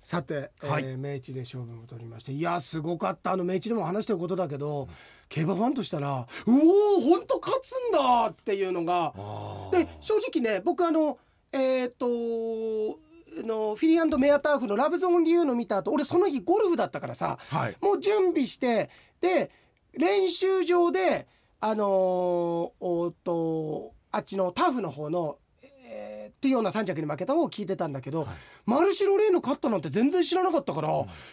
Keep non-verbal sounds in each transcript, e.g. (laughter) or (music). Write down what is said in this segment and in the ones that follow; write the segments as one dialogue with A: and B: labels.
A: さて、
B: はい
A: えー明治で勝負を取りましていやすごかったあの明治でも話してることだけど、競馬ファンとしたらうおー本当勝つんだっていうのが
B: あー
A: で正直ね僕あのえーっとあのフィリーメアターフの「ラブゾーン・リュー」の見た後俺その日ゴルフだったからさ
B: はい
A: もう準備してで練習場であのーおーっとあっちのターフの方の、えーっていうような三着に負けた方を聞いてたんだけど、マルシロレーヌ勝ったなんて全然知らなかったから、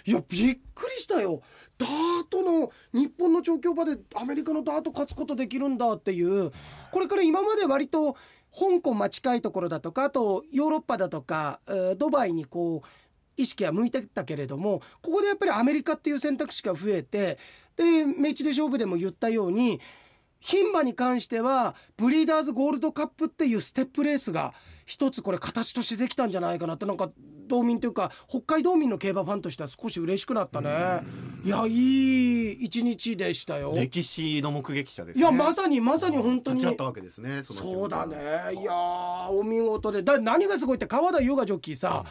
A: いやびっくりしたよダートの日本の調教場でアメリカのダート勝つことできるんだっていうこれから今まで割と香港まあ近いところだとかあとヨーロッパだとか、えードバイにこう意識は向いてたけれどもここでやっぱりアメリカっていう選択肢が増えてで「メイチで勝負」でも言ったように牝馬に関してはブリーダーズゴールドカップっていうステップレースが一つこれ形としてできたんじゃないかなってなんか道民というか北海道民の競馬ファンとしては少し嬉しくなったね。いやいい一日でしたよ。い
B: 歴史の目撃者ですね
A: やまさにまさに本当に
B: 立ち会ったわけですねの瞬間
A: そうだねいやーお見事でだ何がすごいって川田優雅ジョッキーさ、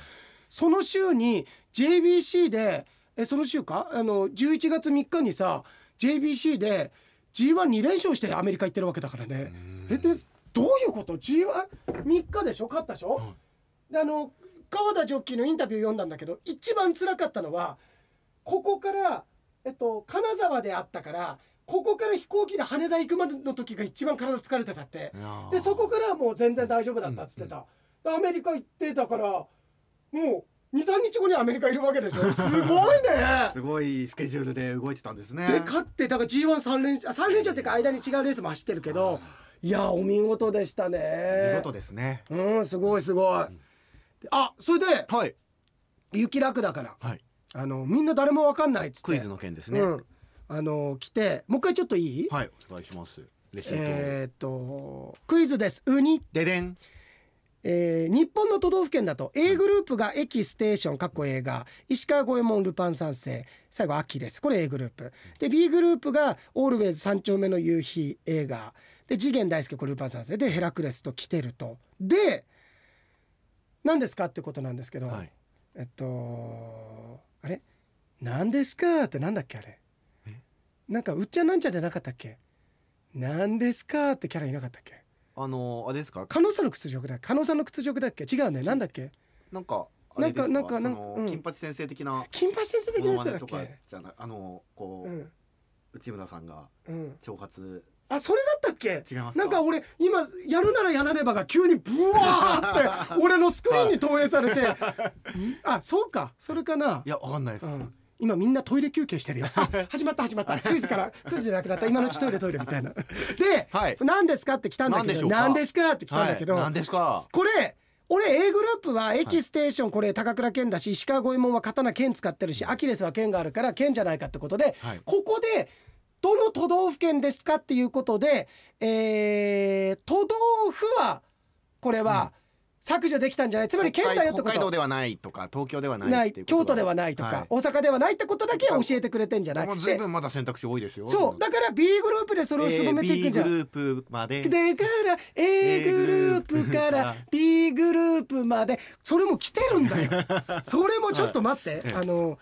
A: その週に JBC でえその週かあの11月3日にさ JBC で G12 連勝してアメリカ行ってるわけだからねえでどういうこと G13 日でしょ勝ったでしょ、であの川田ジョッキーのインタビュー読んだんだけど一番辛かったのはここから、えっと、金沢であったからここから飛行機で羽田行くまでの時が一番体疲れてたって
B: いやー
A: でそこからはもう全然大丈夫だったっつってた、でアメリカ行ってたからもう23日後にアメリカいるわけでしょすごいね
B: すごいスケジュールで動いてたんです
A: (laughs)
B: ね
A: で勝ってだから g 1 3連勝3連勝っていうか間に違うレースも走ってるけどいやお見事でしたね
B: 見事ですね
A: うんすごいすごいあそれで
B: はい
A: 雪楽だから
B: はい
A: あのみんな誰もわかんないっつって
B: クイズの件ですね、
A: うん、あの来てもう一回ちょっといい、
B: はいお願いしますレシートを、
A: えーっとクイズですウニ、
B: ででん
A: えー日本の都道府県だと A グループが駅ステーションかっこ映画石川五右衛門ルパン三世最後秋ですこれ A グループで B グループがオールウェイズ三丁目の夕日映画で次元大介これルパン三世でヘラクレスと来てるとで何ですかってことなんですけど、
B: はい
A: えっとあれ何ですかってなんだっけあれなんかうっちゃんなんちゃんじゃなかったっけ何ですかってキャラいなかったっけ
B: あのあれですか
A: 加納さんの屈辱だ加納さんの屈辱だっけ違うねなんだっけ
B: なんかあれですか
A: なんかなんか
B: その
A: なんかうん
B: 金八先生的な
A: 金八先生的なや
B: モノマ
A: つ
B: ネ
A: だっ
B: とか
A: け
B: じゃないあのこ
A: う
B: う、
A: ん
B: 内村さんが
A: うん
B: 挑発
A: あそれだったっけ
B: 違いますか
A: なんか俺今やるならやらねばが急にブワー
B: (laughs)
A: って俺のスクリーンに投影されてんあそうかそれかない
B: やわかんないです、
A: うん今みんなトイレ休憩してるよあ始まった始まったクイズからクイズじゃなくなった今のうちトイレトイレみたいなで、
B: はい
A: 何ですかって来たんだけど何
B: 何
A: で
B: です
A: かって来たんだけど、
B: はい、なんですか
A: これ俺 A グループは駅ステーションこれ高倉健だし石川五右衛門は刀剣使ってるしアキレスは剣があるから剣じゃないかってことで、
B: はい
A: ここでどの都道府県ですかっていうことで、えー都道府はこれは削除できたんじゃない、つまり県だよってこと
B: 北海道ではないとか東京ではない
A: な
B: っ
A: い
B: ていうこと
A: 京都ではないとか、
B: はい
A: 大阪ではないってことだけは教えてくれてんじゃない
B: もう
A: で
B: 随分まだ選択肢多いですよ
A: そうだから B グループでそれをすぼめていくんじゃん、
B: えー B グループまで
A: でから A グループから B グループまでそれも来てるんだ
B: (laughs)
A: よそれもちょっと待って、あの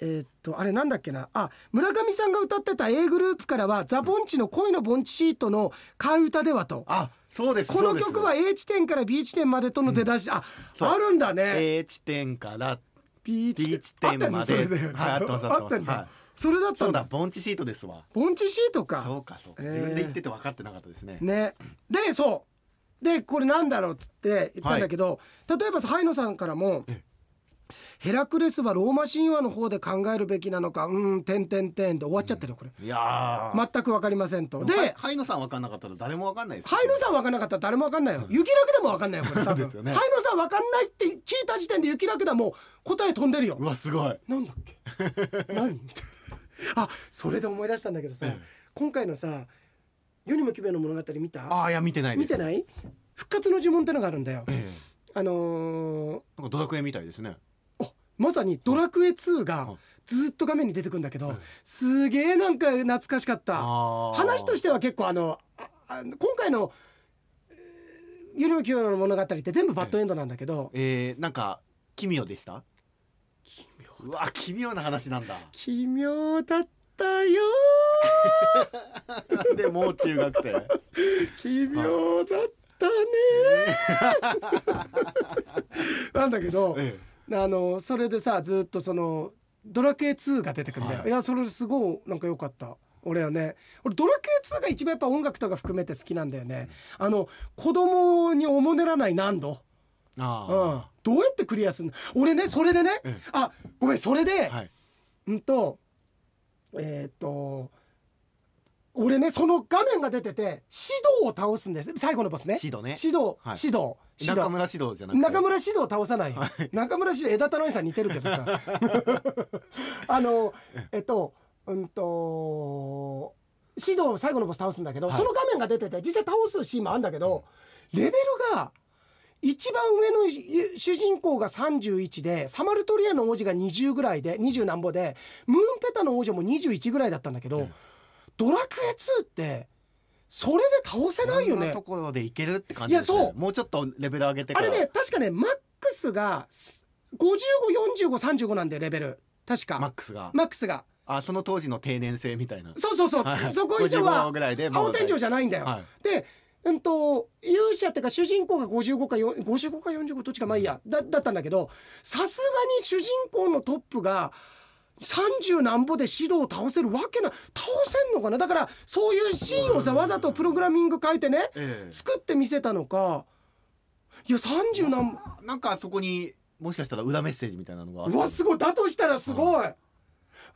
A: えーっとあれなんだっけなあ村上さんが歌ってた A グループからは「ザ・ボンチの恋の盆地シート」の替え歌ではと
B: あそうです
A: こ
B: そ
A: の
B: うです
A: 曲は A 地点から B 地点までとの出だし、あ
B: そう
A: あるんだね
B: A 地点から
A: ビ
B: B 地点
A: あったよね
B: まで
A: それで
B: はい合ってます合ってます
A: あったんだ
B: はい
A: それだった
B: そ
A: ん
B: うだ
A: だ
B: 盆地シートですわ
A: 盆地シートか
B: そうかそうか
A: えー
B: 自分で言ってて分かってなかったですね
A: ねでそうでこれなんだろうっつって言ったんだけど、例えばハイノさんからも
B: ええ
A: 「ヘラクレスはローマ神話の方で考えるべきなのかうんてんてんてん」で終わっちゃってるよこれ、
B: いやー
A: 全く分かりませんとで
B: はいハイノさん分かんなかったら誰も分かんないです
A: ハイノさん分かんなかったら誰も分かんないよ雪楽でも分かんないよこ
B: (laughs)
A: れ多分、
B: ですよね
A: ハイノさん分かんないって聞いた時点で雪楽だもう答え飛んでるよ
B: うわすごい
A: なんだっけ何 (laughs) みたいなあそれで思い出したんだけどさ、今回のさ「世にも奇妙な物語」見た
B: ああいや見てないで
A: 見
B: す
A: てない復活の呪文ってのがあるんだよ、
B: え
A: あのー
B: えなんかドラクエみたいですね
A: あまさに「ドラクエ2」
B: う
A: が
B: ん
A: ずっと画面に出てくるんだけど、すげえなんか懐かしかった
B: あー
A: 話としては結構あのああの今回のえー「世にも奇妙な物語」って全部バッドエンドなんだけど
B: えー、なんか奇妙でしたうわ奇妙な話なんだ
A: 奇妙だったよ
B: なんでもう中学 (laughs) 生
A: 奇妙だったね (laughs) なんだけど、
B: え
A: あのそれでさずっとその「ドラクエ2」が出てくるんだよ、
B: はい
A: い、やそれすごいなんか良かった俺はね俺ドラクエ2が一番やっぱ音楽とか含めて好きなんだよね、あの子供におもねらない難度
B: えあ
A: うん、
B: あ、
A: どうやってクリアするの俺ねそれでね、
B: ええ
A: あごめんそれで、
B: はい
A: うんとえーっと俺ねその画面が出ててシドを倒すんです最後のボスね
B: シドね
A: シド
B: はい
A: シドシ
B: 中
A: ド
B: 村指導じゃなくて
A: 中村指導倒さないよ、中村指導枝太郎さん似てるけどさあのえっとうんと指導最後のボス倒すんだけど、
B: はい
A: その画面が出てて実際倒すシーンもあるんだけど、レベルが一番上のゆ主人公が31でサマルトリアの王子が20ぐらいで20何ぼでムーンペタの王女も21ぐらいだったんだけど、
B: うん
A: ドラクエ2ってそれで倒せないよ
B: こん
A: ね
B: なところでいけるって感じです、ね、
A: いやそう
B: もうちょっとレベル上げて
A: あ
B: から
A: れね確かねマックスが554535なんでレベル確か
B: マッ
A: マ
B: クスが、
A: ックスが
B: あその当時の定年制みたいな
A: そうそうそう、
B: はい
A: そこ以上は
B: 55ぐらいでもう
A: 青天井じゃないんだよ、
B: は
A: でうんと勇者っていうか主人公が55か4 55か45どっちかまあいいやだだったんだけどさすがに主人公のトップが30何歩で指導を倒せるわけない倒せんのかなだからそういうシーンをさわざとプログラミング変えてね
B: え
A: 作ってみせたのかいや30何歩
B: えなんかそこにもしかしたら裏メッセージみたいなのがあっ
A: うわすごいだとしたらすごい、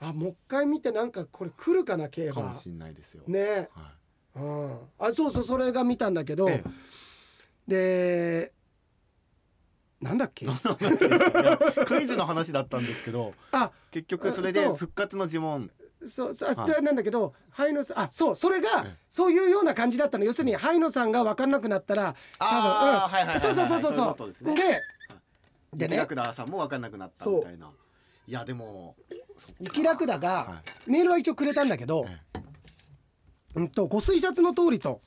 A: あもう一回見てなんかこれ来るかな競
B: たか
A: 馬
B: もしれないですよ、
A: ね
B: は
A: う
B: い
A: ん、あそうそうそれが見たんだけど、
B: ええ
A: でなんだっけ
B: (laughs) 何の話ですかいやクイズの話だったんですけど
A: あ
B: 結局それで復活の呪文
A: そうそうあ
B: はい
A: それなんだけど灰野さんあそうそれが
B: ええ
A: そういうような感じだったの要するに灰野さんが分かんなくなったら多分
B: あーはい
A: う
B: はいはいはい
A: んそうそうそうそう
B: そういう
A: そ
B: ことです
A: う
B: ね
A: でで
B: 生き
A: ね
B: ラクダさんも分かんなくなったみたいないやでもそっか
A: 生きラクダが
B: は
A: メールは一応くれたんだけど
B: え
A: 「うんとご推察の通りと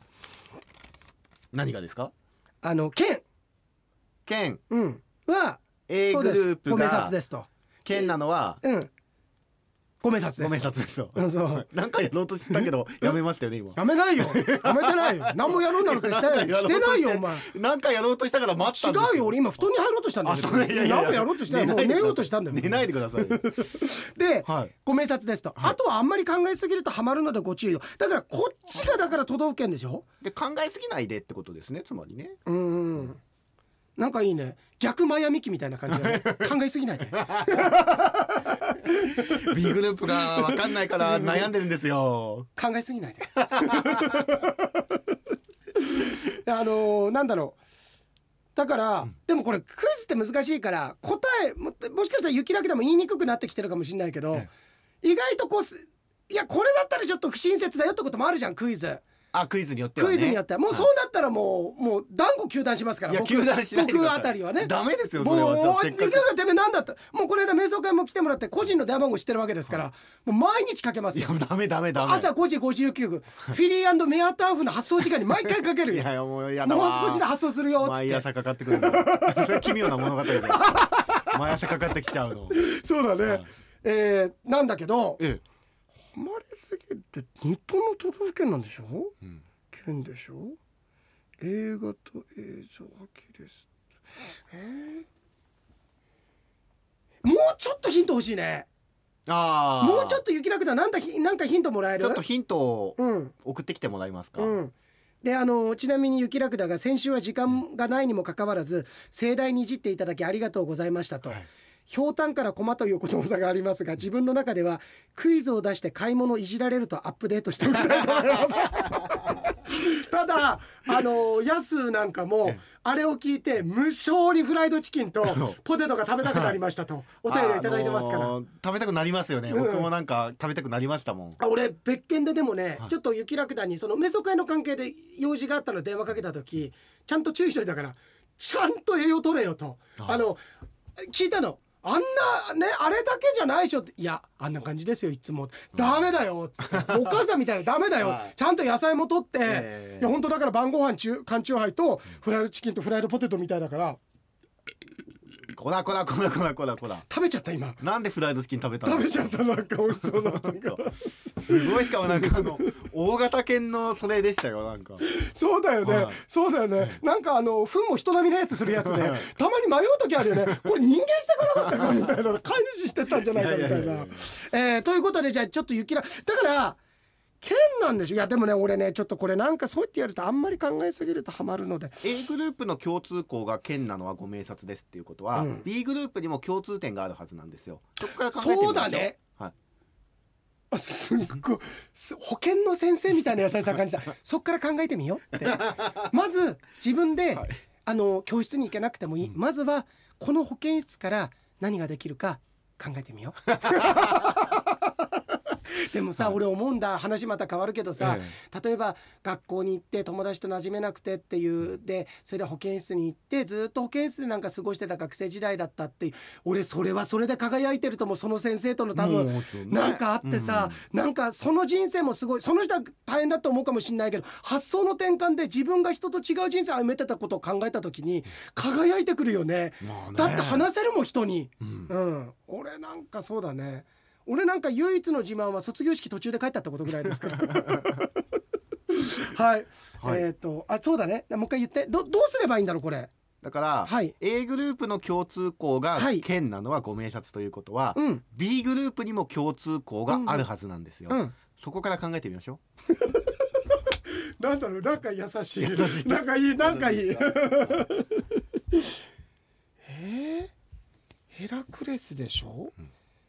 B: 何がですか
A: あの剣、
B: 剣
A: うん、は
B: A
A: そう
B: グ
A: です
B: ループ
A: ご明察
B: が
A: ですと。
B: 剣なのは
A: うん。ご明察
B: ご
A: で
B: 明
A: す。
B: 察ですよ
A: うんそう。
B: なんかやろうとしたけどやめましたよね今
A: やめないよ。やめて (laughs) ないよ。何もやろうなんてしてないよ。してないよ、お前。
B: なんかやろうとしたから待ったんです
A: 違うよ俺今布団に入ろうとしたんだ
B: あ
A: け
B: そ
A: ど
B: ういいい
A: 何もやろうとしたらもう寝ようとしたんだよ
B: 寝ないでください
A: で、
B: はい
A: ご明察ですと、あとはあんまり考えすぎるとハマるのでご注意をだからこっちがだから都道府県でしょ
B: で考えすぎないでってことですねつまりね
A: うんうんなんかいいね逆マヤミキみたいな感じだ (laughs) ね考えすぎないで
B: B グループが分かんない
A: (laughs)
B: から悩んでるんですよ
A: 考えすぎないで (laughs) あのーなんだろうだから、でもこれクイズって難しいから答えももしかしたら雪だけでも言いにくくなってきてるかもしれないけど、
B: え
A: 意外とこうすいやこれだったらちょっと不親切だよってこともあるじゃんクイズ、
B: あクイズによっては
A: ク
B: ね
A: イズによってはもうそうなったらもう、もう断固糾弾しますから
B: いや
A: 僕
B: 糾弾しないでくだ
A: 僕
B: さい
A: あたりはね
B: ダメですよそれ
A: も
B: は
A: う
B: せっ
A: 雪だ
B: か
A: け
B: く
A: てめえなんだったもうこの間瞑想会も来てもらって個人の電話番号知ってるわけですから、もう毎日かけます
B: い
A: よ
B: やダメダメダメ
A: 朝5時59分フィリーメアターフの発送時間に毎回かける
B: い
A: よ
B: やいやもうやだ
A: もう
B: わ
A: 少しで発送するよっつっ
B: 毎
A: て
B: 朝かかってくるのそれ奇妙な物
A: (laughs)
B: 語で毎朝かかってきちゃうの
A: そうだね、えーなんだけど
B: え
A: ハマりすぎって日本の都道府県なんでしょ
B: え、うん
A: 県でしょ映画と映像アキレスえー、もうちょっとヒント欲しいね
B: ああ
A: もうちょっ
B: と
A: と雪楽だなんだひなんかヒントもらえる
B: ちょっとヒントを
A: うん
B: 送ってきてもらえますか、
A: うんであのちなみに雪楽だが先週は時間がないにもかかわらず盛大にいじっていただきありがとうございましたと、
B: はい
A: ひょうたんから駒ということわざがありますが自分の中ではクイズを出して買い物いじられるとアップデートしておきたいと思い
B: (laughs)
A: ます。ただあのヤスなんかもあれを聞いて無償にフライドチキンとポテトが食べたくなりましたとお便りをいただいてますから。あ
B: あのー食べたくなりますよね、
A: うん
B: 僕もなんか食べたくなりましたもん
A: 俺別件ででもね、
B: はい
A: ちょっと雪楽団にそのメソ会の関係で用事があったので電話かけた時ちゃんと注意しといたからちゃんと栄養取れよと
B: あ
A: あの聞いたのあんなねあれだけじゃないでしょっていやあんな感じですよいつもダメだよつってお母さんみた (laughs) いなダメだよ
B: はい
A: ちゃんと野菜も取って、
B: ええ
A: いや本当だから晩ご飯中缶チューハイとフライドチキンとフライドポテトみたいだから
B: こらこらこらこらこらこら
A: 食べちゃった今
B: なんでフライドチキン食べたの
A: 食べちゃったなんか美味しそうなの
B: なんかすごいしかもなんかあの大型犬のそれでしたよなんか
A: そうだよね、
B: はい
A: そうだよね、なんかあの糞も人並みのやつするやつね、
B: はい
A: たまに迷う時あるよねこれ人間してこなかったかみたいな飼い主してったんじゃないかみたいない
B: やいやいやい
A: えーということでじゃあちょっと雪らだから剣なんでしょいやでもね俺ねちょっとこれなんかそうやってやるとあんまり考えすぎるとハマるので
B: A グループの共通項が県なのはご明察ですっていうことは、
A: うん
B: B グループにも共通点があるはずなんですよそこから考えてみましょ
A: そうだね
B: はい
A: あすっごいす保健の先生みたいな優しさ
B: (laughs)
A: 感じたそっから考えてみようってまず自分で、
B: はい
A: あの教室に行けなくてもいい、まずはこの保健室から何ができるか考えてみよ
B: (laughs)
A: うでもさ、俺思うんだ話また変わるけどさ、
B: え
A: 例えば学校に行って友達と馴染めなくてっていうでそれで保健室に行ってずっと保健室でなんか過ごしてた学生時代だったっていう俺それはそれで輝いてると思うその先生との多分
B: もうそうね
A: なんかあってさ、なんかその人生もすごいその人は大変だと思うかもしれないけど発想の転換で自分が人と違う人生を歩めてたことを考えた時に輝いてくるよね
B: まあね
A: だって話せるもん人に、
B: うん
A: うん、俺なんかそうだね俺なんか唯一の自慢は卒業式途中で帰ったってことぐらいです (laughs) からはい、
B: はい
A: えっ、とあそうだねもう一回言ってどどうすればいいんだろうこれ
B: だから、
A: はい
B: A グループの共通項が
A: はい
B: 県なのはご明察ということは、
A: うん
B: B グループにも共通項があるはずなんですよ、
A: うん
B: そこから考えてみましょ
A: なんだろうなんか優しい
B: 優しい
A: なんかいいうなんかいい
B: どうです
A: えー、ヘラクレスでしょ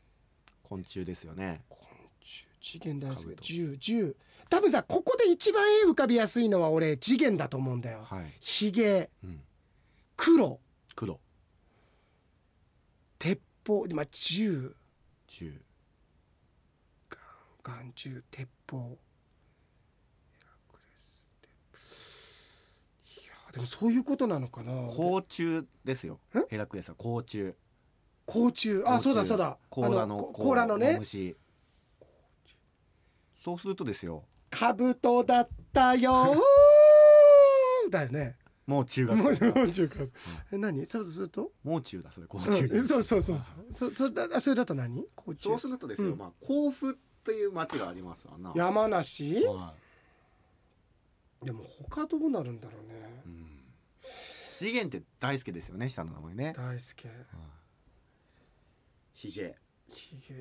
B: (laughs) 昆虫ですよね
A: 昆虫次元大好き
B: 兜
A: 10 10多分さここで一番絵浮かびやすいのは俺次元だと思うんだよ、
B: はい、
A: ヒゲ
B: うん、
A: 黒
B: 黒
A: 鉄砲まあ銃
B: 中
A: 眼銃鉄砲ヘラクレス鉄砲いやーでもそういうことなのかな
B: 甲虫ですよ
A: ん
B: ヘラクレスは甲虫
A: 甲虫あそうだそうだ
B: 甲羅の
A: あこ甲羅のね
B: 虫そうするとですよ
A: 兜だったよーだよね
B: もう中
A: もう
B: 学生だ
A: もう中華え何そうすると
B: もう中だそれ甲
A: うん
B: 虫
A: そうそうそうそうそそれだそれだと何高知
B: そうするとですよ、
A: うん
B: まあ甲府っていう町がありますわな
A: 山梨
B: は
A: でも他どうなるんだろうね
B: いうん次元って大輔ですよね下の名前ね
A: 大輔
B: ひげ
A: ひげ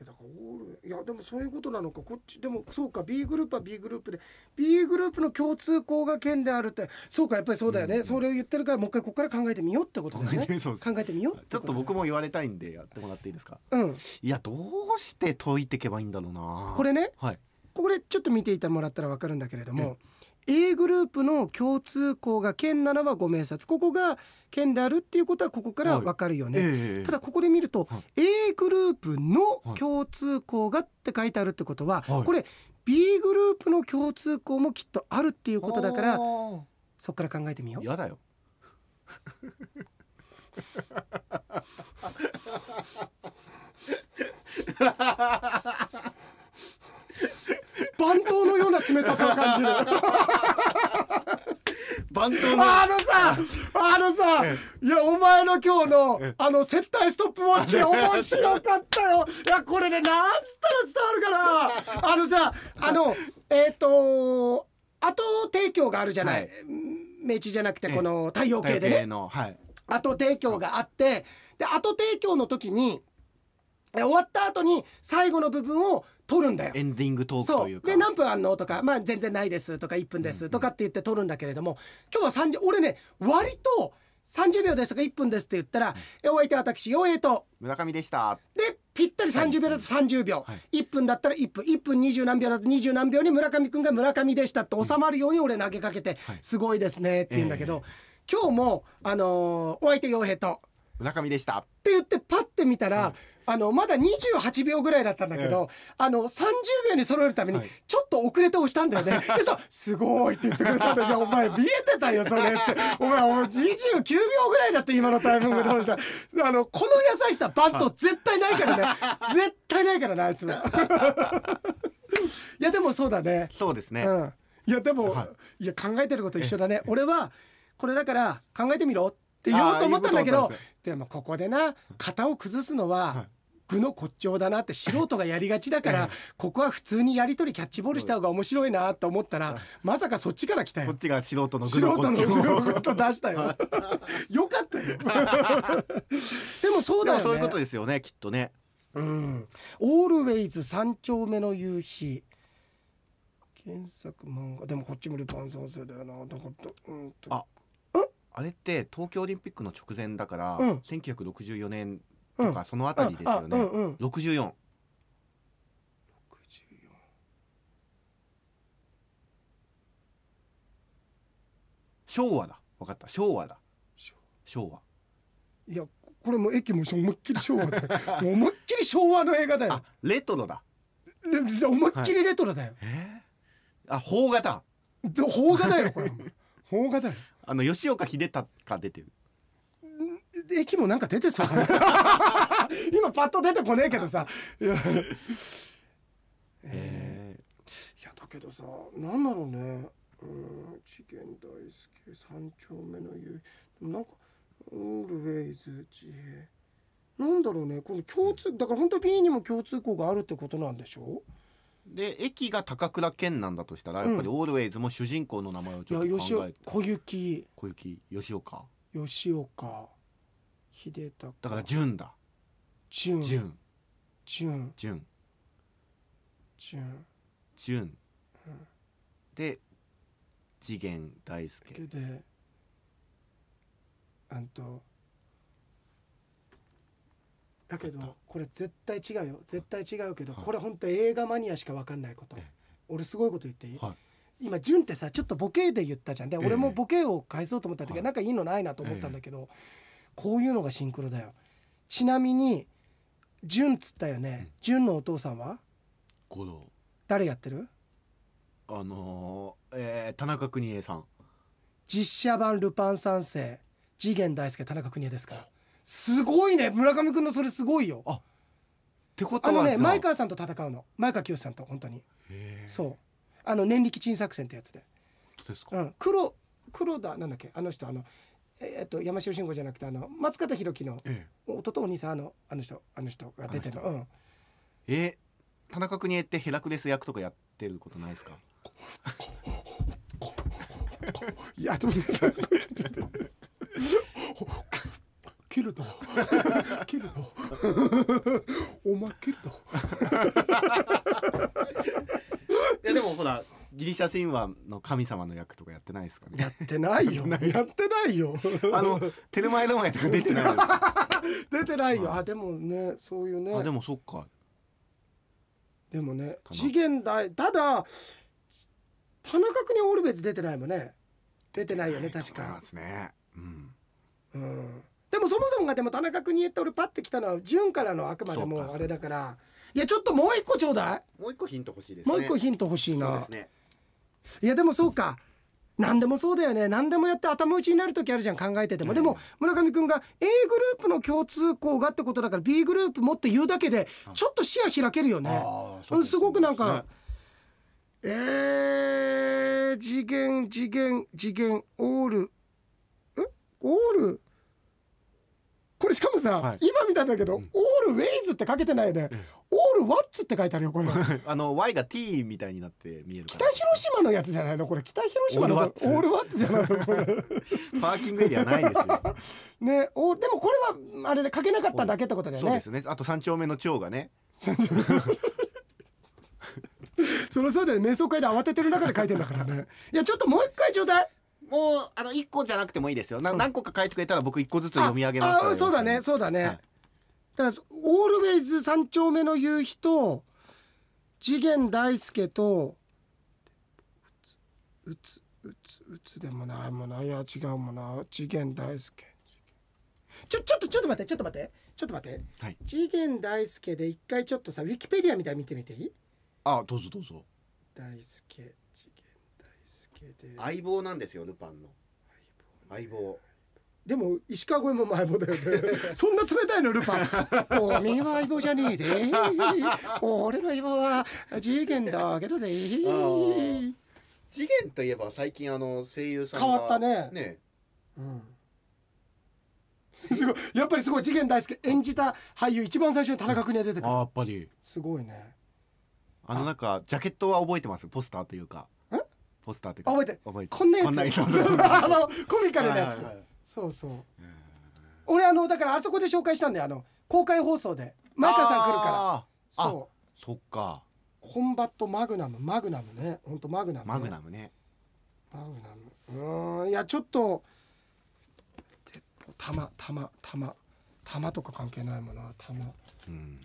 A: いやだからオールいやでもそういうことなのかこっちでもそうか B グループは B グループで B グループの共通項が県であるってそうかやっぱりそうだよね、
B: うんうん
A: それを言ってるからもう一回ここから考えてみようってこと
B: 考
A: だよ
B: えて
A: ね
B: みそうです
A: 考えてみよう
B: ちょっと僕
A: も
B: も言われたいんでやってもらっていいですか
A: うん
B: いやどうして解いていけばいいんだろうな
A: これね
B: はい
A: これちょっと見ていてもらったら分かるんだけれども A グループの共通項が県ならばご明察ここが県であるっていうことはここから分かるよね、
B: ええ
A: ただここで見ると
B: は
A: A グループの
B: はい
A: 共通項がって書いてあるってことは
B: はい
A: これ B グループの共通項もきっとあるっていうことだから
B: お
A: そっから考えてみよ
B: ー
A: う
B: やだよ
A: 番頭のような冷たさを感じる
B: 番頭の
A: あのさあのさ
B: え
A: いやお前の今日の
B: ええ
A: あの接待ストップウォッチ面白かったよいやこれねなんつったら伝わるかなあのさあのえっ、と後提供があるじゃない、
B: はい
A: 明治じゃなくてこの太陽系でね
B: 体型のはい
A: 後提供があってで後提供の時にえ終わった後に最後の部分を取るんだよ
B: エ。ンディングトーク
A: そ
B: と
A: う
B: いうか
A: で何分あんのとか、まあ、全然ないですとか1分ですとかって言って取るんだけれども、今日は30俺ね割と30秒ですとか1分ですって言ったら、えお相手は私陽平と
B: 村上でした
A: でぴったり30秒だと30秒、
B: はい
A: 1分だったら1分1分20何秒だと20何秒に村上くんが村上でしたって収まるように俺投げかけて
B: はい
A: すごいですねって言うんだけど、今日も、あのーお相手陽平と。
B: 村上でした
A: って言ってパッて見たら、あのまだ28秒ぐらいだったんだけど、あの30秒に揃えるために
B: はい
A: ちょっと遅れて押したんだ
B: (laughs)
A: よね、でそう「すごい」って言ってくれたんだけど「お前見えてたよそれ」って「お前お前29秒ぐらいだって今のタイミングで押したあのこの優しさバント絶対ないからね、
B: (laughs)
A: 絶対ないからなあいつはいやでもそうだね
B: そうですね、
A: うん、いやでも、、
B: はい
A: や考えてること一緒だね俺はこれだから考えてみろっって言おうと思ったんだけ
B: あ
A: ど
B: ー言うことはあったんです
A: でもここでな型を崩すの
B: は
A: はい具の骨頂だなって素人がやりがちだか
B: え
A: らここは普通にやり取りキャッチボールした方が面白いなと思ったらまさかそっちから来た
B: (laughs) こ
A: よ
B: っ。ちが素人の
A: 素
B: 具
A: 人の
B: のこっち
A: 素
B: も
A: 人出したよ。よかった
B: (laughs)
A: よ。でもそう
B: で
A: だよね。
B: もそういうことですよねきっとね
A: うん。オールウェイズ三丁目の夕日。原作漫画でもこっち見ると暗算するだよな。だからうんと。
B: ああれって東京オリンピックの直前だから、
A: うん
B: 1964年
A: うん
B: とかそのあたりですよね、
A: あうんうん。
B: 64
A: 64
B: 昭和だ分かった昭和だ
A: 昭
B: 昭和
A: いやこれもう駅も思いっきり昭和だよもう思いっきり昭和の映画だよ
B: あレトロだ
A: レレ思いっきりレトロだよ、
B: えー、あ邦画だ
A: で邦画だよこ
B: (laughs)
A: れも邦画だよ
B: あの吉岡秀隆出てる
A: 駅もなんか出て
B: (laughs)
A: そうかな今パッと出てこねえけどさいやい
B: えー
A: やだけどさなんだろうねうん次元大輔三丁目の夕日なんかオールウェイズ地平なんだろうねこの共通だから本当に B にも共通項があるってことなんでしょ
B: で駅が高倉健なんだとしたらやっぱりオールウェイズも主人公の名前を
A: い
B: ち
A: や
B: ょっと
A: 吉
B: 考
A: 岡
B: えて
A: 小雪
B: 小雪吉岡
A: 吉岡秀隆
B: だから潤だ
A: 潤潤
B: 潤
A: 潤
B: 潤
A: 潤
B: 潤で次元大輔
A: であんとだけどこれ絶対違うよ絶対違うけど
B: はい
A: これ本当映画マニアしか分かんないこと俺すごいこと言っていい
B: はい
A: 今潤ってさちょっとボケで言ったじゃんで
B: ええ
A: 俺もボケを返そうと思った時
B: は
A: はいなんかいいのないなと思ったんだけどこういうのがシンクロだよちなみに潤っつったよね潤のお父さんは
B: 五郎
A: 誰やってる
B: あのーえー田中邦衛さん
A: 実写版ルパン三世次元大介田中邦衛ですからすごいね村上君のそれすごいよ
B: あってこと
A: あ
B: は
A: のね
B: じゃあ
A: 前川さんと戦うの前川清さんと本当に
B: へー
A: そうあの年力珍作戦ってやつで、
B: 本当ですか
A: うん、黒黒田なんだっけあの人あのえーっと山城慎吾じゃなくてあの松方弘樹の
B: え
A: 弟お兄さんあのあの人あの人が出てるのうん
B: ええ田中邦衛ってヘラクレス役とかやってることないですか
A: いや、で (laughs) もね、さ切ると。切ると。お前切ると。
B: いやでもほらギリシャ神話の神様の役とかやってないですかね
A: やってないよ。 (laughs) やってない (laughs) よ。
B: あのテルマエロマエとか出てないですか
A: 出てないよ。あ、でもね、そういうね。
B: あ
A: で
B: で
A: も
B: もそっか
A: ね、
B: 田中
A: 次元大、ただ。田中君にオールベイズ出てないもんね。出てないよね、確
B: そうなん
A: か
B: で。すねうん
A: うんでもそもそもがでも田中邦衛って俺パッて来たのは潤からのあくまで
B: そう
A: も
B: か
A: あれだからいやちょっともう一個ちょうだい
B: もう一個ヒント欲しいですね
A: もう一個ヒント欲しい
B: そう
A: な
B: ですね
A: いやでもそうか何でもそうだよね何でもやって頭打ちになる時あるじゃん考えてても、
B: うん
A: でも村上君が A グループの共通項がってことだから B グループもって言うだけで
B: うん
A: ちょっと視野開けるよね。
B: あー
A: う
B: そうんです
A: ごくなんか、えー、次元次元次元オールえオールこれしかもさ、
B: はい
A: 今見たんだけど、
B: うん
A: オールウェイズってかけてないよね、
B: うん
A: オールワッツって書いてあるよこれ。
B: ね (laughs) あの Y が T みたいになって見えるか
A: 北
B: ら
A: 広島のやつじゃないのこれ北広島の
B: オールワッツ
A: オールワッツじゃないのこれ
B: (laughs) パーキングエリアないですよ
A: (laughs) ねおでもこれはあれで書けなかっただけってことだよ
B: そうで
A: ね
B: すねあと三丁目の蝶がね
A: そのそうだよね瞑想会で慌ててる中で書いてんだからねいやちょっともう一回ちょうだい
B: もうあの一個じゃなくてもいいですよな何個か書いてくれたら僕一個ずつ読み上げますから
A: ああそうだねそうだね、
B: はい
A: だからオールウェイズ三丁目の夕日と次元大輔とうつうつうつうつでもないもんないや違うもんな次元大輔ちょちょっとちょっと待ってちょっと待ってちょっと待って
B: はい
A: 次元大輔で一回ちょっとさウィキペディアみたいに見てみていい
B: あどうぞどうぞ
A: 大輔次元大輔で
B: 相棒なんですよルパンの相棒
A: でも石川越えも相棒だよね (laughs) そんな冷たいのルパ
B: (laughs)
A: ンおめえは相棒じゃねえぜ俺の相棒は次元だけどぜ
B: ー次元といえば最近あの声優さんが
A: 変わったね
B: ね
A: うんすごいやっぱりすごい次元大介演じた俳優一番最初に田中邦衛出てく
B: あ
A: る
B: やっぱり
A: すごいね
B: あのなんかジャケットは覚えてますポスターというか
A: ん
B: ポスターというか
A: 覚えて
B: 覚えて
A: こんなやつ
B: こんなやつ
A: そう (laughs) そうあのコミカルなやつ、
B: はいはいはい
A: そうそう俺あのだからあそこで紹介したんだよあの公開放送で前川さん来るから
B: あー
A: そう
B: そっか
A: コンバットマグナムマグナムね本当マグナム、ね、
B: マグナムね
A: マグナムうーんいやちょっと鉄砲弾弾弾弾とか関係ないもんな弾
B: うん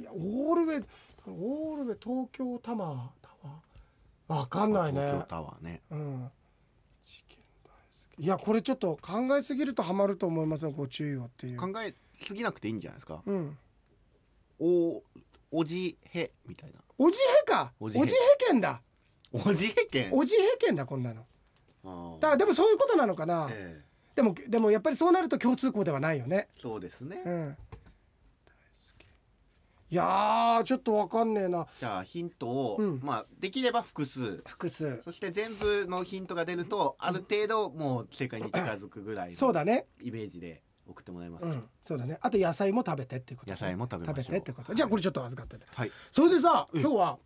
A: いやオールウェイオールウェイ東京タマータワーわかんない
B: 東京
A: ね
B: タワーね
A: うん事件大好きいやこれちょっと考えすぎるとハマると思いますよご注意をっていう
B: 考えすぎなくていいんじゃないですか
A: うん
B: おおじへみたいな
A: おじへかお
B: お
A: じ
B: じ
A: へ
B: へ
A: 県だ
B: おじへ県
A: おじへ県だこんなの
B: あー
A: だからでもそういうことなのかな、
B: ええ
A: でもでもやっぱりそうなると共通項ではないよね
B: そうですね
A: うん大好きいやーちょっとわかんねえな
B: じゃあヒントを
A: うん
B: まあできれば複数
A: 複数
B: そして全部のヒントが出るとある程度もう正解に近づくぐらい
A: そう
B: の
A: だね
B: イメージで送ってもらえます
A: う
B: か、
A: んそうだねあと野菜も食べてっていうことね、
B: 野菜も食べましょ
A: 食
B: う
A: べてってことじゃあこれちょっと預かってて
B: はい
A: それでさ今日は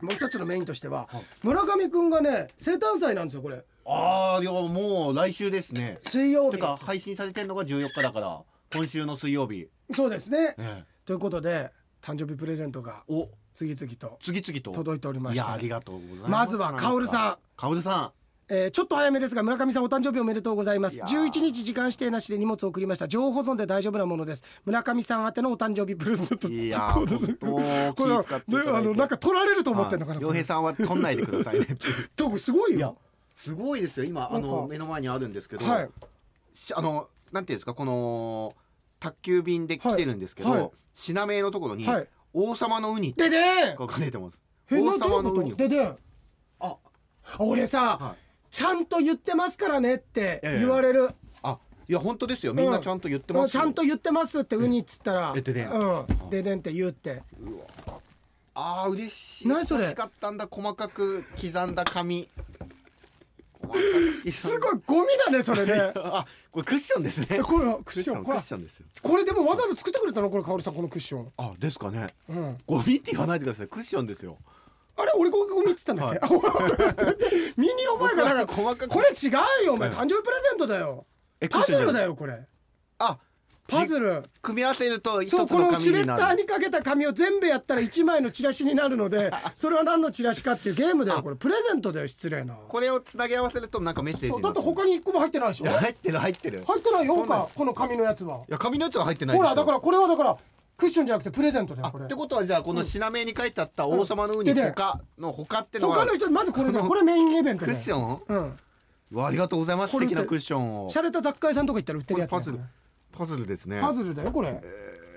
A: もう一つのメインとしては
B: はい
A: 村上くんがね生誕祭なんですよこれ
B: ああいやもう来週ですね
A: 水曜
B: て
A: 日
B: か配信されてるのが14日だから今週の水曜日、
A: そうですね
B: ええ、
A: ということで誕生日プレゼントが
B: お
A: 次々と
B: 次々と
A: 届いておりま
B: い
A: して
B: やありがとうございます
A: まずはカオルさん
B: カオルさ
A: えーちょっと早めですが村上さんお誕生日おめでとうございま
B: い
A: す
B: やー
A: 11日時間指定なしで荷物を送りました情報保存で大丈夫なものです村上さん宛てのお誕生日プレゼント
B: んいや
A: こう
B: 本当
A: これは
B: 気使っていただいて
A: ねあのなんか取られると思ってんのか
B: は
A: ない
B: 洋平さんは取んないでくださいねって
A: (laughs)
B: いう
A: とすごいよ
B: すごいですよ今あ
A: なん
B: の
A: か
B: 目の前にあるんですけど、
A: はい
B: しあのなんていうんですかこの宅急便で来てるんですけど、
A: はいはい
B: 品名のところに、
A: はい
B: 王様のウニって
A: でで
B: 書かれてます
A: えな
B: 王
A: んどうい
B: 様
A: う
B: の
A: こと
B: ウニ
A: でで
B: あ
A: 俺さ、
B: はい
A: ちゃんと言ってますからねって
B: ええ
A: 言われる、
B: あいや本当ですよみんなちゃんと言ってますよ、
A: うんちゃんと言ってますってウニっつったら
B: えででん
A: うん、ででんって言うって
B: ああ嬉しい
A: 何それ
B: 欲しかったんだ細かく刻んだ
A: (laughs)
B: 紙細かく刻んだ
A: すごいゴミだねそれね
B: あこれクッションですね
A: えこれクッション
B: ク
A: これ
B: ッションですよ
A: これでもわざわざ作ってくれたのこれかおりさんこのクッション
B: あですかね
A: うん
B: ゴミって言わないでくださいクッションですよ
A: あれ俺ゴミっつったんだっけ、 (laughs) 身に覚えがなか
B: (laughs) 僕は細
A: った
B: かく
A: これ違うよお前
B: うん
A: 誕生日プレゼントだよ
B: え
A: パズ
B: クッショ
A: ル
B: ンじ
A: だ
B: ゃ
A: よこれ
B: あ
A: パズル
B: 組み合わせると一つ
A: そ
B: の
A: うこの
B: 紙
A: チレ
B: に
A: ッ
B: な
A: ター
B: る
A: にかけた紙を全部やったら1枚のチラシになるの
B: (laughs)
A: でそれは何のチラシかっていうゲームだよこれプレゼントだよ失礼な
B: これをつなぎ合わせるとなんかメッセージ
A: そう
B: に
A: だ
B: な
A: っ
B: る
A: て他に1個も入ってないでしょ
B: いや入ってる入ってる
A: 入ってないよ
B: そうなん
A: 他この紙のやつはい
B: や紙のやつは入ってない
A: ほらだかららこれはだからクッションじゃなくてプレゼントだよ
B: あ
A: これ
B: ってことはじゃあこの品名に書いてあった王様のウニ
A: でで
B: 他の他ってのは
A: 他の人まずこれだよこれメインイベント
B: ク
A: だ
B: ッ
A: よ
B: ション
A: うん
B: うわありがとうございます
A: こ
B: 素
A: れ
B: 敵なクッションを
A: 洒落た雑貨屋さんとか行ったら売って
B: こ
A: る
B: れ
A: やつだよ
B: パズルパズルですね
A: パズルだよこれ、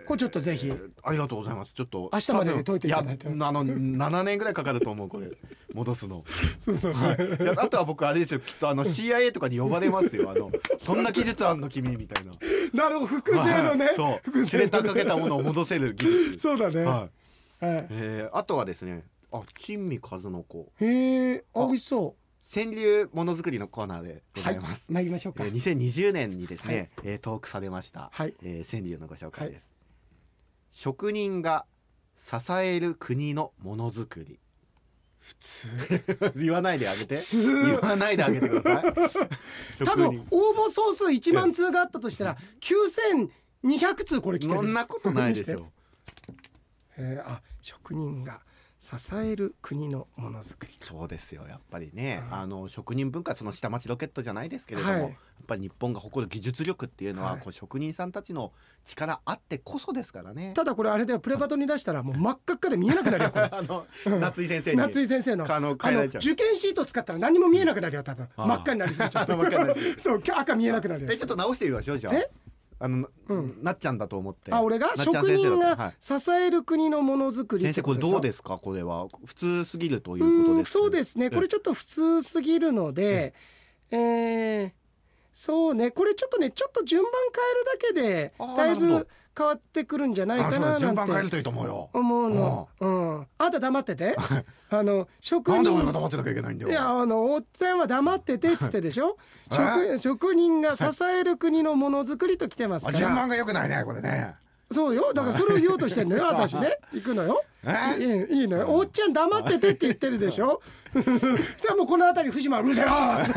A: これちょっとぜひ
B: ありがとうございますちょっと
A: 明日までに解いていただいて
B: 多分やあの7年ぐらいかかると思うこれ (laughs) 戻すの
A: そうだね、
B: いやあとは僕あれですよきっとあの CIA とかに呼ばれますよ
A: (laughs)
B: あのそんな技術あんの君みたいな
A: なるほど複製のね、
B: はいそう
A: 複
B: セレ
A: 製
B: ター
A: の
B: かけたものを戻せる技
A: (laughs)
B: 術
A: そうだね、
B: はい
A: は
B: えーあとはですねあ珍味数の子
A: い、へえあ美味しそ
B: 川柳ものづくりのコーナーで
A: う
B: ございます、
A: はい参りましょうか、
B: えー、2020年にですね、えー、トークされました、
A: はい
B: えー、川柳のご紹介です、職人が支える国のものづくり
A: 普通
B: (laughs) 言わないであげて言
A: 普通
B: わないであげてください
A: 多
B: (laughs) 職
A: 分
B: 人
A: 応募総数1万通があったとしたら9200通これ来てる
B: そんなことない (laughs) ですよ
A: えーあ職人が支える国のものづくり
B: そうですよやっぱりね、
A: はい
B: あの職人文化その下町ロケットじゃないですけれども、
A: はい
B: やっぱり日本が誇る技術力っていうのは、
A: はい
B: こう職人さんたちの力あってこそですからね。
A: ただこれあれだよプレバトに出したらもう真っ赤っかで見えなくな
B: (laughs)
A: るよこれ
B: あの夏井先生に
A: 夏井先生の
B: あの
A: あ
B: 変えら
A: の
B: れちゃう。
A: 受験シート使ったら何も見えなくなるよ多分
B: あー
A: 真っ赤になりすぎちゃう
B: (laughs) 真っ赤になりす
A: (laughs)
B: ぎ
A: そう赤見えなくなるよ
B: えちょっと直してみましょうじゃあ。
A: え
B: あの、
A: うん
B: なっちゃんだと思って。
A: あ俺が
B: なっちゃん
A: 職
B: 先生だ
A: 人
B: と
A: が
B: はい
A: 支える国のものづくり
B: 先生これどうですすかこれは普通すぎるといううこと
A: ー
B: で
A: ん
B: す。
A: そうですねこれちょっと普通すぎるのでえーそうねこれちょっとねちょっと順番変えるだけで
B: あー
A: だい
B: なるほ
A: ぶ
B: ど
A: 変わってくるんじゃない
B: あ
A: か
B: そうだ
A: な
B: よ
A: な
B: 順
A: ん
B: 番変える
A: て
B: といいと思うよ
A: 思うの。うん、あんた黙ってて。あの職
B: なんで
A: 人
B: 俺が黙ってなきゃいけないんだよ
A: いやあのおっちゃんは黙っててっつってでしょ
B: え
A: 職職人が支える国のものづくりと来てます
B: あ
A: か
B: 順
A: ら
B: 番が良くないねこれね
A: そうよだからそれを言おうとしてんの
B: (laughs)
A: よ私ね行くのよい
B: え
A: いいいのよおっちゃん黙っててって言ってるでし
B: (laughs)
A: ょそしたらもうこの辺り藤間うるせえな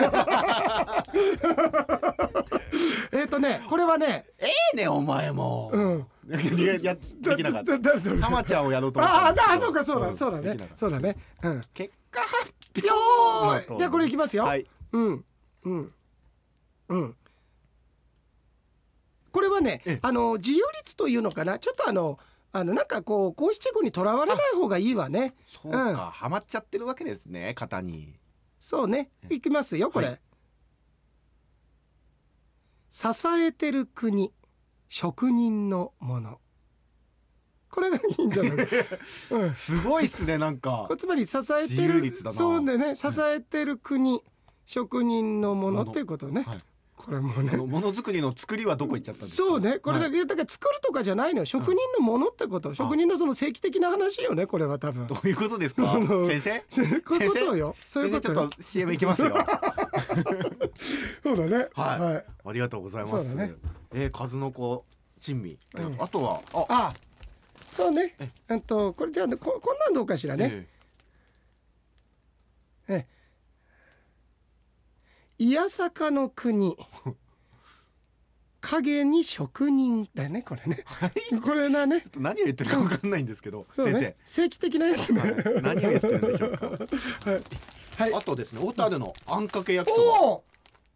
A: えっとねこれはね
B: ええねお前も
A: うん
B: いやいやできなかっ
A: だ
B: た
A: だだだ
B: 浜ちゃんをやろうと思った
A: あー
B: んですけ
A: あー
B: ど
A: そうかそうだ、
B: ん
A: そうだね
B: できなかった
A: そうだねうん
B: 結果発表
A: よーいじゃあこれいきますよ、
B: はい
A: うんうんうんこれはね
B: ええ
A: あの自由率というのかなちょっとあのあのなんかこう五七五にとらわれない方がいいわね
B: そうかハマっちゃってるわけですね型に
A: そうね
B: え
A: いきますよこれ、
B: は
A: 支えてる国職人のものこれがいいん
B: (laughs)
A: じゃないですか、うん
B: すごいっすねなんか
A: こつまり支えて
B: 自由
A: る
B: 率だな
A: そうだね支えてる国、職人のもの
B: もの
A: っていうことね、
B: はい
A: これもね
B: あのものづくりの作りはどこ行っちゃったんですか
A: そうねこれだ
B: はい
A: け、だから作るとかじゃないのよ職人のものってこと、職人のその正規的な話よねこれは多分
B: どういうことですか
A: あの
B: 先生
A: そういう (laughs) ことよそういうこと
B: 先生ちょ
A: よ
B: っと CM 行きま
A: (laughs)
B: すよ
A: そうだね
B: はい
A: はい、
B: ありがとうございま
A: そ
B: す
A: うだね
B: えー数の子珍味
A: うん
B: あとはあ
A: あそうね
B: え
A: うんとこれじゃあここんなんどうかしらね、
B: え
A: ええいやさかの国影に職人だねこれね
B: ーはい
A: これだね
B: ちょっと何を言ってるかわかんないんですけど
A: (laughs) そう
B: 先
A: ね正
B: 生
A: 規的なやつね
B: はい何を言ってるんでし
A: (laughs)
B: ょうか
A: はい
B: あとですね小樽のあんかけ焼きそ
A: おお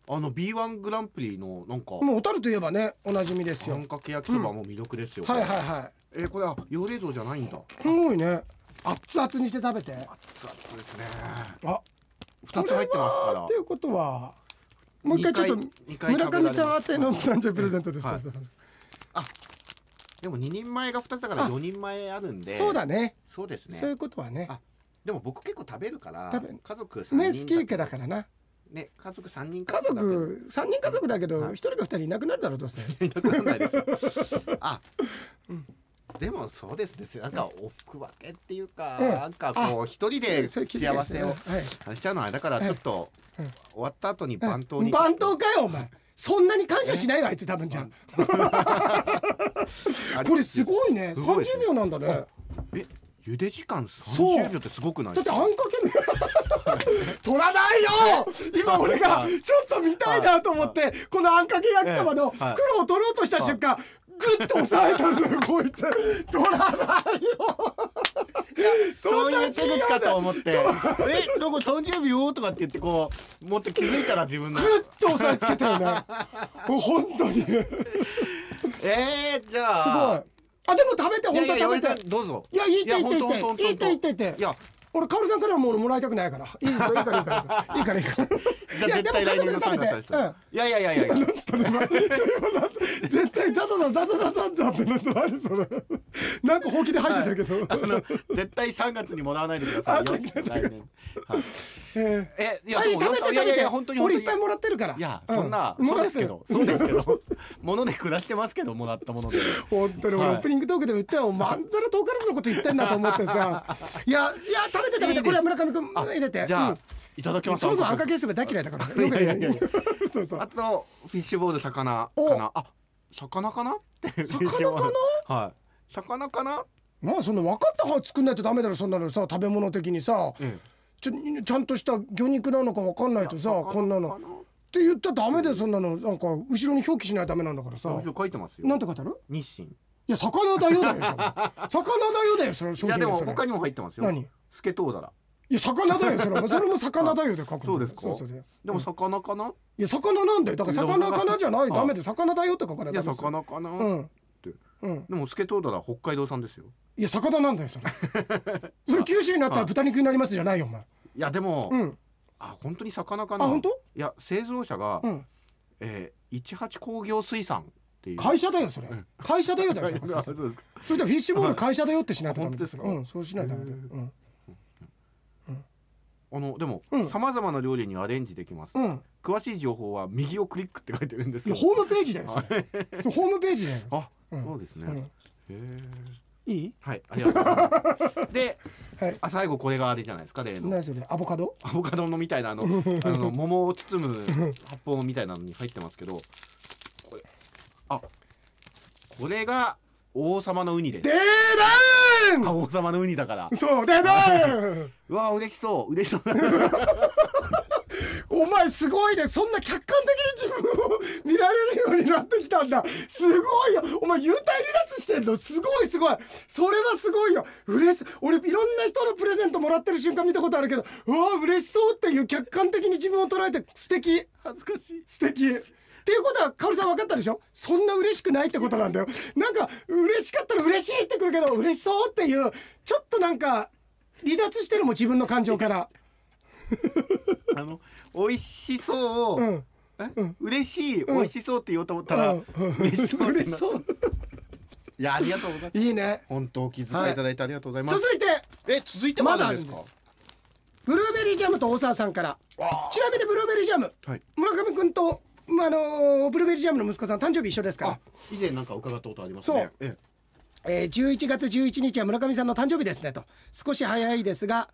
B: ばあの B1 グランプリのなんか
A: もう小樽といえばねおなじみです
B: あ
A: よ
B: んかけ焼きそばも魅力ですよ
A: はいはいは
B: えーこれは用冷蔵じゃないんだ
A: いすごいね熱々にして食べて
B: 熱々ですね
A: あ
B: 二つ入ってますから
A: ということはもう一回ちょっ
B: 二
A: と村
B: 回二回食べられ
A: 上
B: ます
A: さん宛ての誕生日プレゼントです、
B: はいでも二人前が二つだから
A: あ
B: 四人前あるんで
A: そうだね
B: そうです
A: そうい
B: ね
A: うことはね
B: あでも僕結構食べるから
A: 食べ
B: 家族三人
A: ね好き家だ
B: け
A: からな
B: どね家族三人
A: 家
B: だけど
A: 族三人家族だけど
B: はい
A: 一人か二人いなくなるだろうどうせ
B: いなくならないです
A: (laughs)
B: よあ、でもそうですですよなんかお服分けっていうか、
A: ええ
B: なんかこう一人で
A: そういう気づき
B: 幸せを
A: ですねはい
B: しちゃうのはあれだから
A: ええ
B: ちょっと
A: え
B: 終
A: え
B: わった後に番頭に
A: 番頭かよお前そんなに感謝しないわあいつ多分じゃん
B: あ
A: これすごいね
B: すごいです
A: 30
B: ね
A: 秒なんだね
B: え茹で時間
A: そう
B: 30秒ってすごくない
A: だ
B: で
A: っ
B: す
A: て
B: か
A: あんか
B: (laughs)
A: けの取らないよ今俺がちょっと見たいなと思ってこのあんかけ焼きそばの袋を取ろうとした瞬間グッと押さえたんだよこいつ取らないよ
B: そういう手口かと
A: グ
B: 思って「えどこ30秒?」とかって言ってこう持って気づいたら自分の
A: ッと押さえつけ
B: (laughs)
A: たよねもう本当にすごい
B: えー、じゃあ
A: あでも食べて
B: い
A: 本
B: やい
A: 当食
B: や嫁
A: べ
B: さん
A: て
B: どうぞ
A: いやいいっていいっていい
B: 本当本
A: って
B: 当
A: いいっ
B: 本当
A: ていいっていいって
B: いや
A: 俺カオルさんからはもうもらいたくないからいいからいいからいい
B: (laughs)
A: からいいからいいから
B: じゃあ絶対来年の3月です、いやいやいやいや
A: なんつったの今絶対ザザザザザザザってなんと何それなんかほうきで入ってたけど、
B: あの絶対3月にもらわないでくださいよ来年はい
A: え
B: えい
A: え
B: やでも
A: 食べて食べて
B: いやいやいや本当に本
A: 俺
B: 当
A: いっ
B: に
A: ぱいもらってるから
B: いや
A: う
B: そんな、
A: も
B: そう
A: ら
B: で
A: っ
B: す
A: て
B: け
A: る
B: どそうですけど物で暮らしてますけどもらったもので
A: 本当に俺オ
B: はい
A: ープニングトークでも言った (laughs) よ、まんざら遠からずのこと言ってんなと思って (laughs) さいやいや食べて食べて
B: いいです
A: これは村上君
B: あ
A: 入れて
B: じゃあ、
A: うん
B: いただきます
A: そもそも赤ゲス部大 (laughs) 嫌いだからね
B: いやいやいやいや
A: (laughs) そうそう
B: (laughs) あとフィッシュボール魚
A: お
B: かなあ魚かなっ
A: (laughs)
B: て
A: 魚か
B: なはい魚かな
A: まあその分かった歯作んないとダメだろそんなのさ食べ物的にさ
B: うん
A: ちょちゃんとした魚肉なのか分かんないとさ
B: 魚か
A: こんなのって言ったらダメだよそんなのなんか後ろに表記しないとダメなんだから
B: あ
A: さ
B: 後ろ書いてますよ
A: なんて書いてある
B: 日清
A: いや魚だ (laughs) よだよそれ魚だよだよそれ商
B: いや
A: 品
B: で
A: 名
B: も
A: それ
B: 他にも入ってますよ
A: 何
B: スケトウダラ
A: いや魚だよそれそれも魚だよで書くんだよ
B: そうですか
A: そうそうで
B: でも魚かな、
A: いや魚なんだよだから魚かなじゃない
B: いや
A: ダメで魚だよって書かない
B: いや
A: ダメですよ
B: 魚かな、
A: うん
B: て
A: うん
B: でもスケトウダラ北海道産ですよ
A: いや魚なんだよそれ (laughs) それ九州になったら豚肉になりますじゃないよお前
B: いやでも、
A: うん
B: あ本当に魚かな
A: あ本当
B: いや製造者が、
A: うん
B: えー、18工業水産っていう
A: 会社だよそれ
B: うん
A: 会社だよだよそれ
B: (laughs) あそうですか
A: それでフィッシュボール会社だよってしないとダメです
B: あ
A: よ
B: 本当
A: う
B: です
A: んそうしないとダメだようん
B: あのでも
A: うん
B: さまざまな料理にアレンジできます、
A: うん、い
B: 詳しい情報は右をクリックって書いてるんですけ
A: や
B: ど
A: ホームページだよそ
B: は
A: れそうホームページだよ、
B: あ、
A: うん
B: そうですね、
A: う
B: へ
A: ん、
B: え
A: いい
B: はいありがとうございますで、
A: はい
B: あ最後これがあれじゃないですか例の
A: 何それアボカド
B: アボカドのみた
A: (laughs)
B: いなあのあの桃を包む発泡みたいなのに入ってますけどこれあこれが王様のウニです
A: でー
B: あ
A: だ
B: 王様のウニだから
A: ーんそうでーだーん
B: うわ嬉しそう嬉しそう (laughs)
A: お前すごいねそんな客観的に自分を見られるようになってきたんだすごいよお前幽体離脱してんのすごいすごいそれはすごいよ嬉し俺いろんな人のプレゼントもらってる瞬間見たことあるけどうわ嬉しそうっていう客観的に自分を捉えて素敵
B: 恥ずかしい
A: 素敵っていうことはカオルさん分かったでしょそんな嬉しくないってことなんだよなんか嬉しかったら嬉しいってくるけど嬉しそうっていうちょっとなんか離脱してるもん自分の感情から
B: あの美味しそう
A: う
B: を、
A: ん
B: え嬉しい、美味しそうって言おうと思ったら、
A: うんうん
B: 嬉しそうって
A: 嬉し
B: な
A: そう
B: いやありがとうございます
A: いいね
B: 本当お気遣いいただいてありがとうございます、
A: 続いて
B: え続いても
A: ま
B: あ
A: だあ
B: る
A: る
B: ん
A: ん
B: で
A: です
B: か
A: すブルーベリージャムと大沢さんから
B: わ
A: ちなみにブルーベリージャム
B: あはい
A: 村上君と、まああのーブルーベリージャムの息子さん誕生日一緒ですから
B: あ以前なんか伺ったことありますね
A: そう
B: え
A: えー、11月11日は村上さんの誕生日ですねと少し早いですが、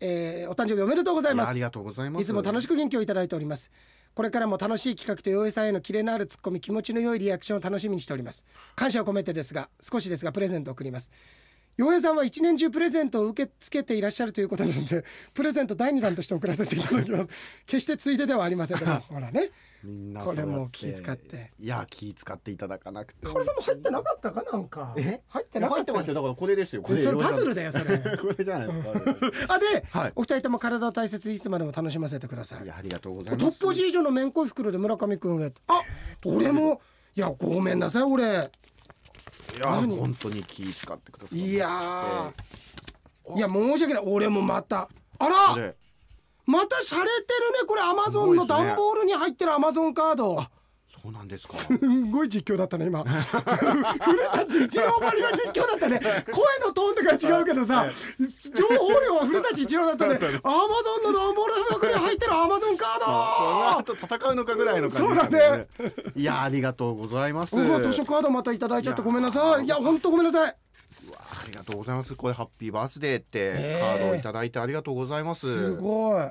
A: えーお誕生日おめでとうござ
B: え
A: い
B: いや
A: ま
B: あ
A: す
B: りがとうございます
A: いつも楽
B: し
A: しく元気をいただいておりますこれからも楽しい企画と洋平さんへのキレのあるツッコミ気持ちの良いリアクションを楽しみにしております感謝を込めてですが少しですがプレゼントを送ります洋平さんは一年中プレゼントを受け付けていらっしゃるということなので (laughs) プレゼント第二弾として送らせていただきます決してついでではありません
B: (laughs)
A: けどほらね
B: みんな
A: これも
B: そうや
A: 気遣って
B: いや気使っていただかなくて
A: カルさんも入ってなかったかなんか
B: え
A: 入っ
B: い
A: て
B: や
A: なか
B: 入
A: っ
B: っ
A: た
B: てましたよだからこれですよこれ
A: それパズルだ
B: で
A: よそれ
B: これじゃないですか
A: (laughs) あで、
B: はい
A: お二人とも体を大切にいつまでも楽しませてください
B: いやありがとうござい
A: ト
B: ます
A: ッポジ以上のめんこい袋で村上くんへあ俺もいやごめんなさい俺
B: いや
A: 何
B: 本当に気使ってくださ
A: いや
B: え
A: ー
B: ー
A: いや申し訳ない俺もまたあ
B: こ
A: ら
B: れ
A: また洒落てるねこれアマゾンの
B: すごいですね
A: 段ボールに入ってるアマゾンカード
B: そうな
A: (laughs)
B: んですか
A: すんごい実況だったね今 (laughs) 古田一郎ばりの実況だったね声のトーンとか違うけどさ情報量は古田一郎だ
B: (laughs)
A: ったねアマゾンの段ボール箱に入ってるアマゾンカード
B: あと戦うのかぐらいの感じ
A: そうだね
B: ですねいやありがとうございます
A: うわ図書カードまたいただいちゃってごめんなさいいや本当ごめんなさいう
B: わありがとうございますこれハッピーバースデーって
A: え
B: カードをいただいてありがとうございます
A: すごい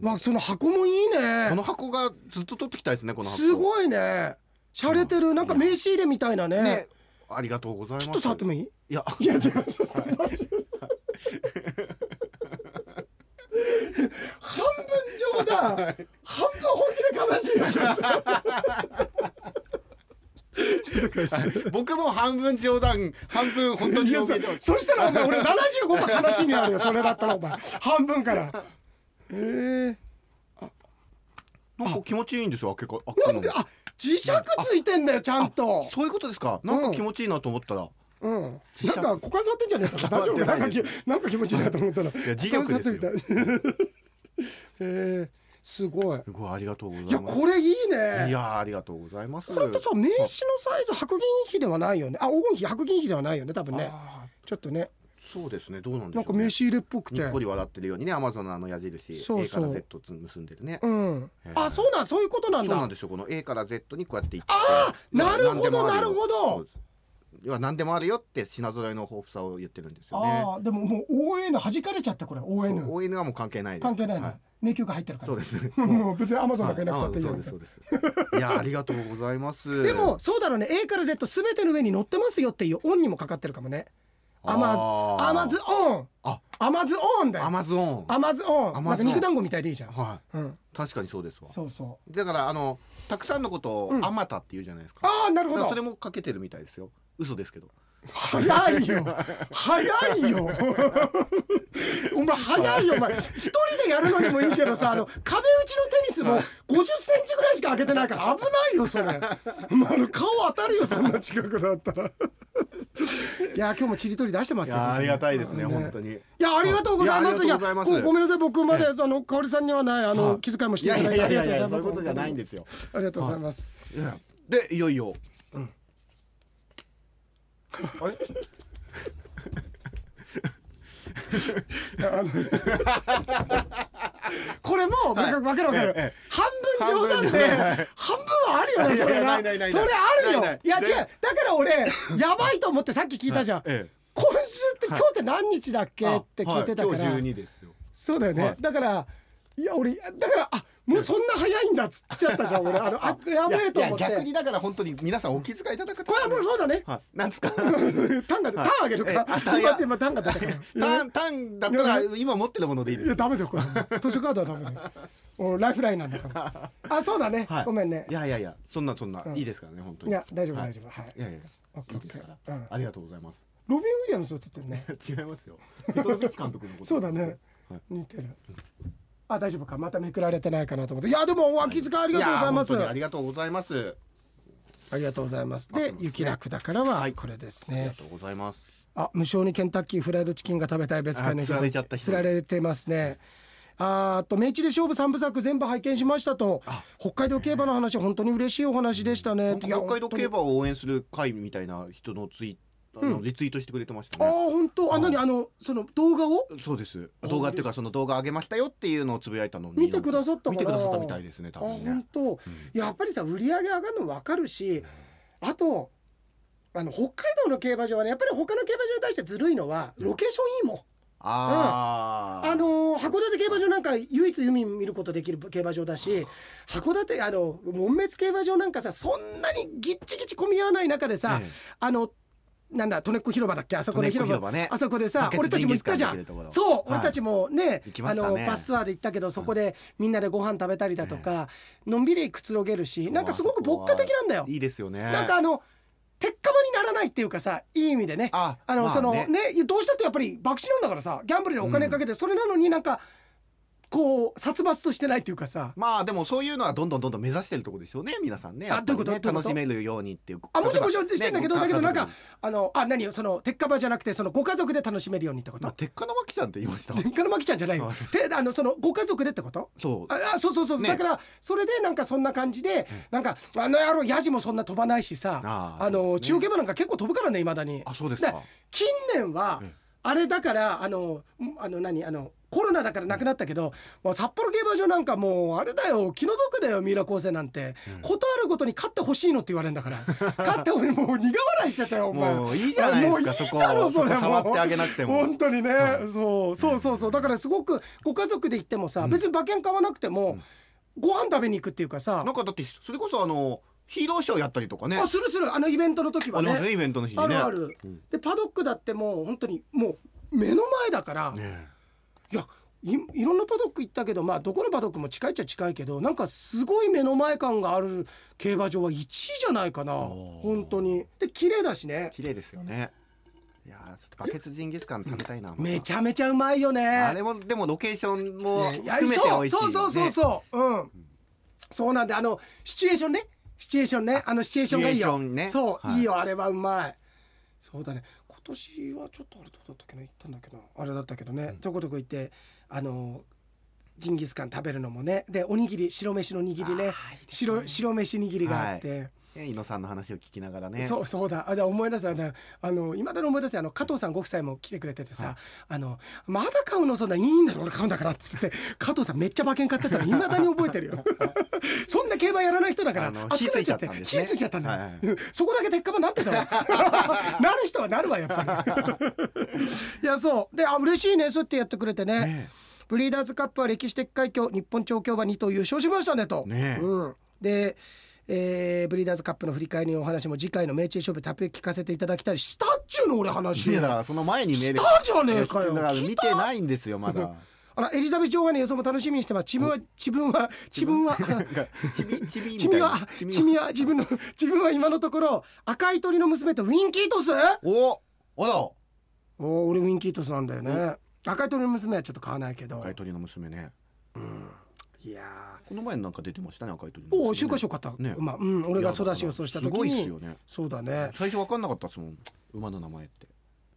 A: まあその箱もいい
B: こ
A: ね
B: の箱がずっと取ってきたいですねこの箱
A: すごいね洒落てるなんか名刺入れみたいなね
B: ねありがとうございます
A: ちょっと触
B: (laughs)
A: ってもいい
B: いや
A: いや違うちょっと待って半分冗談半分本気で悲しいよ
B: (laughs) 僕も半分冗談半分本当に
A: いや
B: 余
A: そ
B: 計でも
A: そしたらお前俺75%悲しいになるよそれだったらお
B: (laughs)
A: 前半分からええ
B: なんか気持ちいいんですよ開けか開け
A: な
B: の
A: んであ磁石ついてんだよちゃんと
B: そういうことですかなんか気持ちいいなと思ったら、
A: うんなんか股間触ってんじゃねえ
B: (laughs)
A: か大丈夫
B: 触
A: な
B: っ
A: んか
B: てないです
A: きなんか気持ちいいなと思ったら
B: や磁力ですよ
A: 股間触 (laughs) ってみたいえー、すごい
B: すごいありがとうございます
A: いやこれいいね
B: いやーありがとうございます
A: これってさ名刺のサイズ白銀比ではないよねあ黄金比白銀比ではないよね多分ね
B: あ
A: ちょっとね
B: ーそうですねどうなんでしょう、ね、
A: なんか名刺入れっぽく
B: に
A: て
B: っこり笑ってるようにねアマゾンのあの矢印
A: そうそう
B: A から Z つ結んでるね、
A: うん
B: へー
A: あそうなんそういうことなん
B: そうなん
A: だ
B: ですよこの A から Z にこうやっていって
A: あー
B: ま
A: なるほど
B: 何でもあ
A: な
B: よ
A: るほど
B: そうです要は何でもあるよって品揃えの豊富さを言ってるんですよね
A: あーでももう ON 弾かれちゃったこれ ON
B: ON はもう関係ないです
A: 関係ない
B: は
A: の迷宮が入ってるか
B: そうです
A: (laughs)
B: ね
A: らもう別にアマゾン
B: は
A: なんかいなくたっていい
B: そ
A: よ
B: うですそうですいやありがとうございます
A: (laughs) でもそうだろうね A から Z すべての上に乗ってますよっていうオンにもかかってるかもねアマズ
B: あー
A: アマズオン
B: あ
A: アマズオンだ
B: ア
A: よ
B: マゾン
A: アマズオンなんか
B: Amazon
A: 肉団子みたいでいいじゃん
B: は
A: うん
B: い確かにそうですわ
A: そうそう
B: だからあのたくさんのことを
A: うん
B: あまたって言うじゃないですか,、
A: ああなるほど
B: それもかけてるみたいですよ嘘ですけど
A: 早いよ早い
B: (laughs)
A: よお前早いよお前一人でやるのにもいいけどさあの壁打ちのテニスも50センチぐらいしか開けてないから危ないよそれもうあの顔当たるよそんな近くだったらいや今日もちりとり出してますよ本当に
B: に
A: いやありがとうございます。
B: い
A: い
B: や
A: や
B: ありがとうございます
A: こうごめんなさい僕まであの香織さんにはないあ
B: は
A: の
B: い
A: 気遣いもし
B: い
A: てい
B: や
A: た
B: い
A: だ
B: や
A: い
B: い
A: てあ
B: や
A: りが
B: いや
A: と
B: いうやそう
A: ございます。
B: いうことじゃないんですよ
A: ありがとうございます。
B: いやでいよいよ、あれ
A: いやあのこれもうわかわかるわかる、
B: ええ
A: 半分冗談で
B: 半分
A: 半分はあるよねそれ
B: いやいや
A: な
B: ないないない
A: それあるよ
B: ないない
A: いや違う
B: 全
A: だから俺やばいと思ってさっき聞いたじゃん、
B: ええ
A: 今週って今日って何日だっけ、って聞いてたから、
B: あはい今日12ですよ
A: そうだよね、
B: はい
A: だからいや俺だからあもうそんな早いんだっつっちゃったじゃん俺あのあやべえと思っ
B: (laughs) いやいや逆
A: て
B: にだから本当に皆さんお気遣いいただくと
A: これはもうそうだね
B: はいな
A: (laughs)
B: んですかタ
A: タンがタンあげるか
B: えあタンや
A: 今って今タンが出たから
B: ーンターンだったら今持ってるものでいいで
A: い
B: す
A: やダメだよこれ図書カードはダメ
B: (laughs)
A: だよおライフラインなんだからあそうだね、
B: はい
A: ごめんね
B: いやいやいやそんなそんな
A: うん
B: いいですからね本当
A: い
B: に
A: や大丈夫
B: はい
A: 大丈夫はい
B: いやいや
A: オッケー
B: いい
A: オッ
B: で
A: ケ
B: す
A: ー
B: から
A: うん
B: ありがとうございます
A: ロビン・ウィリアムス映ってるね
B: 違いますよペトロフィッチ監督のこと
A: そうだね
B: はい
A: 似てるあ大丈夫かまためくられてないかなと思っていやでもお気遣いありがとうございます
B: やー本当にありがとうございます
A: ありがとうございます
B: 待っ
A: で
B: てますね
A: 雪楽だからはこれです
B: あり
A: ね
B: がとうございます
A: あ無償にケンタッキーフライドチキンが食べたい別会の
B: あ釣られちゃった人
A: 釣られてますねあーあと命中で勝負三部作全部拝見しましたと北海道競馬の話本当に嬉しいお話でしたね
B: 本当北海道競馬を応援する会みたいな人のツイあのリツイートしてくれてました
A: ああー
B: ね
A: 本当あ何あのその動画を
B: そうです動画っていうかその動画上げましたよっていうのをつぶやいたのに
A: 見てくださったかな
B: 見てくださったみたいですね多
A: あ
B: 分ね
A: 本当、やっぱりさ売り上げ上がるの分かるしあとあの北海道の競馬場はねやっぱり他の競馬場に対してずるいのはロケーションいいもん、
B: あー
A: あのー函館競馬場なんか唯一海見ることできる競馬場だし函館あの門別競馬場なんかさそんなにぎっちぎち混み合わない中でさ、
B: ええ
A: あのなんだトネッコ広場だっけあそこの広場
B: 利根っこ広場ね
A: あそこでさ
B: バケツ
A: 俺たちも行ったじゃ
B: ジン
A: ん
B: ギスカンできるところ
A: そう、
B: はい
A: 俺たちもね
B: 行きま
A: あ
B: した
A: の
B: ね
A: バスツアーで行ったけどそこでみんなでご飯食べたりだとか、のんびりくつろげるしなんかすごく牧歌的なんだよ。
B: いいですよね
A: なんかあの鉄火場にならないっていうかさいい意味でね
B: あ
A: あの、
B: まあ
A: その
B: ね
A: ねどうしたってやっぱり博打なんだからさギャンブルでお金かけて、それなのになんかこう殺伐としてないっていうかさ
B: まあでもそういうのはどんどんどんどん目指してるとこですよね皆さんねやっぱりね
A: あどういうことどういうこと
B: 楽しめるようにっていう
A: あもちろんもちろん
B: 例え
A: し
B: ば
A: てんだけど、
B: ね
A: だけどなんか
B: ご家族
A: あのあ何よその鉄火場じゃなくてそのご家族で楽しめるようにってこ
B: ま
A: と (laughs)
B: あ鉄火の脇ちゃんって言いました
A: 天下のまきちゃんじゃないよ
B: あ
A: であのそのご家族でってこと
B: そう
A: ああそうそうそう、
B: ね
A: だからそれでなんかそんな感じで、なんかあの野郎ヤジもそんな飛ばないしさ
B: あ
A: あ
B: ー
A: の、
B: そうです
A: 中
B: ね
A: 継馬なんか結構飛ぶからねいまだに
B: あそうですか
A: 近年は、
B: ええ
A: あれだからあのんあの何あのコロナだからなくなったけど、もう札幌競馬場なんかもうあれだよ気の毒だよ三浦高生なんて、ことあるごとに勝ってほしいのって言われるんだから
B: (laughs)
A: 勝ってほしいもう苦笑いしてたよお前
B: もういいじゃないですか
A: あもういい
B: そこ
A: だろそれ
B: そこ触
A: もう
B: ってあげなくても
A: 本当にね、そうそうそうそうだからすごくご家族で行ってもさ、別に馬券買わなくても、ご飯食べに行くっていうかさ、
B: なんかだってそれこそあのヒーローショーやったりとかね
A: あするするあのイベントの時
B: あ
A: は
B: り
A: ね
B: ますねイベントの日
A: あ
B: にね
A: るある、
B: うん
A: でパドックだってもう本当にもう目の前だから、
B: ね
A: いやいいろんなパドック行ったけどまあどこのパドックも近いっちゃ近いけどなんかすごい目の前感がある競馬場は1位じゃないかな
B: おー
A: 本当にで綺麗だしね
B: 綺麗ですよねいやーちょっとバケツジンギスカン食べたいなまた
A: めちゃめちゃうまいよね
B: あれもでもロケーションも
A: ねいや
B: 含めて美味しい
A: そうそうそう
B: う
A: そう、うんそうなんであのシチュエーションねシチュエーションねあのシチュエーションがいい
B: シチュエ
A: よ、
B: ーションね
A: そう、
B: はい
A: い、いよあれはうまいそうだね今年はちょっとあれどうだったっけな行ったんだけどあれだったけどね、とことこ行ってあのジンギスカン食べるのもねでおにぎり白飯の握りね
B: あーいいですね
A: 白白飯握りがあって、
B: ね井野さんの話を聞きながらね
A: そうそうだあで思い出すあのあの今だに思い出すあの加藤さんご夫妻も来てくれててさ、あのまだ買うのそんないいんだろ俺買うんだからって言って加藤さんめっちゃ馬券買ってた
B: (laughs)
A: のいまだに覚えてるよ (laughs) そんな競馬やらない人だか
B: あ
A: ら
B: の
A: 熱くなっちゃって
B: 火ついちゃったんです
A: 火
B: ね
A: ついちゃったんだよ、
B: はいはい
A: うんそこだけ鉄 (laughs) 火場なってたわなる人はなるわやっぱり (laughs) いやそうであ嬉しいねそうやってやってくれてね
B: ね
A: ブリーダーズカップは歴史的快挙日本調教馬2頭優勝しましたねと。
B: ねえ
A: うん、で、えーブリーダーズカップの振り返りのお話も次回の命中勝負たっぷり聞かせていただきたいしたっちゅうの俺話
B: いやだからその前にメール
A: したじゃねえかよ
B: だから見てないんですよまだ
A: あらエリザベス女王の予想も楽しみにしてます自分は自分は自分 (laughs) は
B: ちびちびみ
A: チ
B: た
A: ミ
B: い
A: は
B: な
A: (laughs) チミは自分の自分は今のところ赤い鳥の娘とウィンキートス
B: おあら
A: おー俺ウィンキートスなんだよね赤い鳥の娘はちょっと買わないけど
B: 赤い鳥の娘ね
A: いや
B: この前なんか出てましたね赤い鳥の
A: ーお
B: 娘
A: お
B: ね
A: 週刊賞買った、
B: ね
A: まあうん俺が育ち予想した時
B: いや
A: に
B: だからすごいっすよね
A: そうだね
B: 最初わかんなかったですもん馬の名前って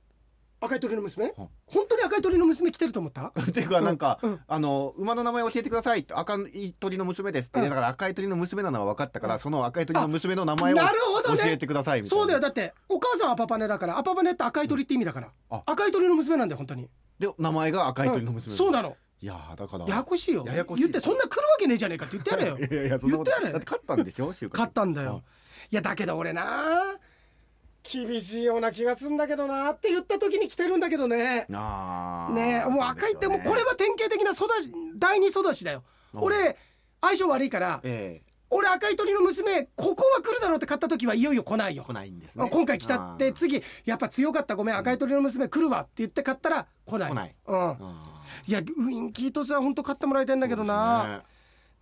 B: (laughs)
A: 赤い鳥の娘
B: は
A: 本当に赤い鳥の娘来てると思った
B: っていうかなんか、
A: うんうん
B: あの馬の名前教えてくださいって赤い鳥の娘ですって、
A: うん
B: だから赤い鳥の娘なのは分かったから、その赤い鳥の娘の名前を
A: あなるほどね
B: 教えてくださいみたいな
A: そうだよだってお母さんはパパネだからアパパネって赤い鳥って意味だから、
B: うんあ
A: 赤い鳥の娘なんだよ本当に
B: で名前が赤い鳥の娘、
A: うんそうなの
B: いいやーだから
A: ややこしいよ
B: ややこしい
A: 言ってそんな来るわけねえじゃねえかって言ってやれよ
B: い (laughs) やいやそんなこと
A: 言ってやれ
B: だって勝ったんでしょ就活
A: 勝ったんだよ
B: あ
A: いやだけど俺な厳しいような気がすんだけどなって言った時に来てるんだけどね
B: あー
A: ねえもう赤いってもうこれは典型的な育ち第二育ちだよ
B: うん
A: 俺相性悪いから
B: え
A: 俺赤い鳥の娘ここは来るだろうって買った時はいよいよ来ない
B: え
A: よ
B: 来ないんです
A: あ
B: ね
A: 今回来たって
B: あー
A: 次やっぱ強かったごめん赤い鳥の娘来るわって言って買ったら来ない
B: 来ない
A: うん、
B: あ
A: いやウインキートスは本当買ってもらいたいん
B: ー
A: だけどな、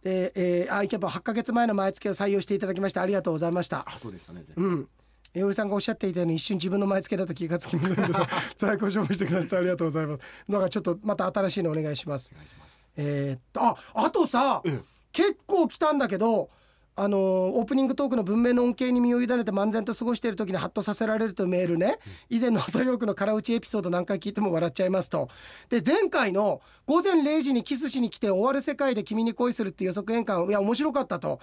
A: えーえー、アイキャップ8ヶ月前の前付けを採用していただきましてありがとうございました
B: そうですよねあそうでしたね
A: うん。江上さんがおっしゃっていたように一瞬自分の前付けだと気がつきませんで
B: (laughs)
A: した在庫処分してくださってありがとうございますだからちょっとまた新しいのお願いします
B: お願いします
A: えーっとああとさ、
B: うん
A: 結構来たんだけどあのーオープニングトークの文明の恩恵に身を委ねて漫然と過ごしている時にハッとさせられるというメールね、以前のハトヨークの空打ちエピソード何回聞いても笑っちゃいますとで前回の「午前0時にキスしに来て終わる世界で君に恋する」っていう予測変換いや面白かったと、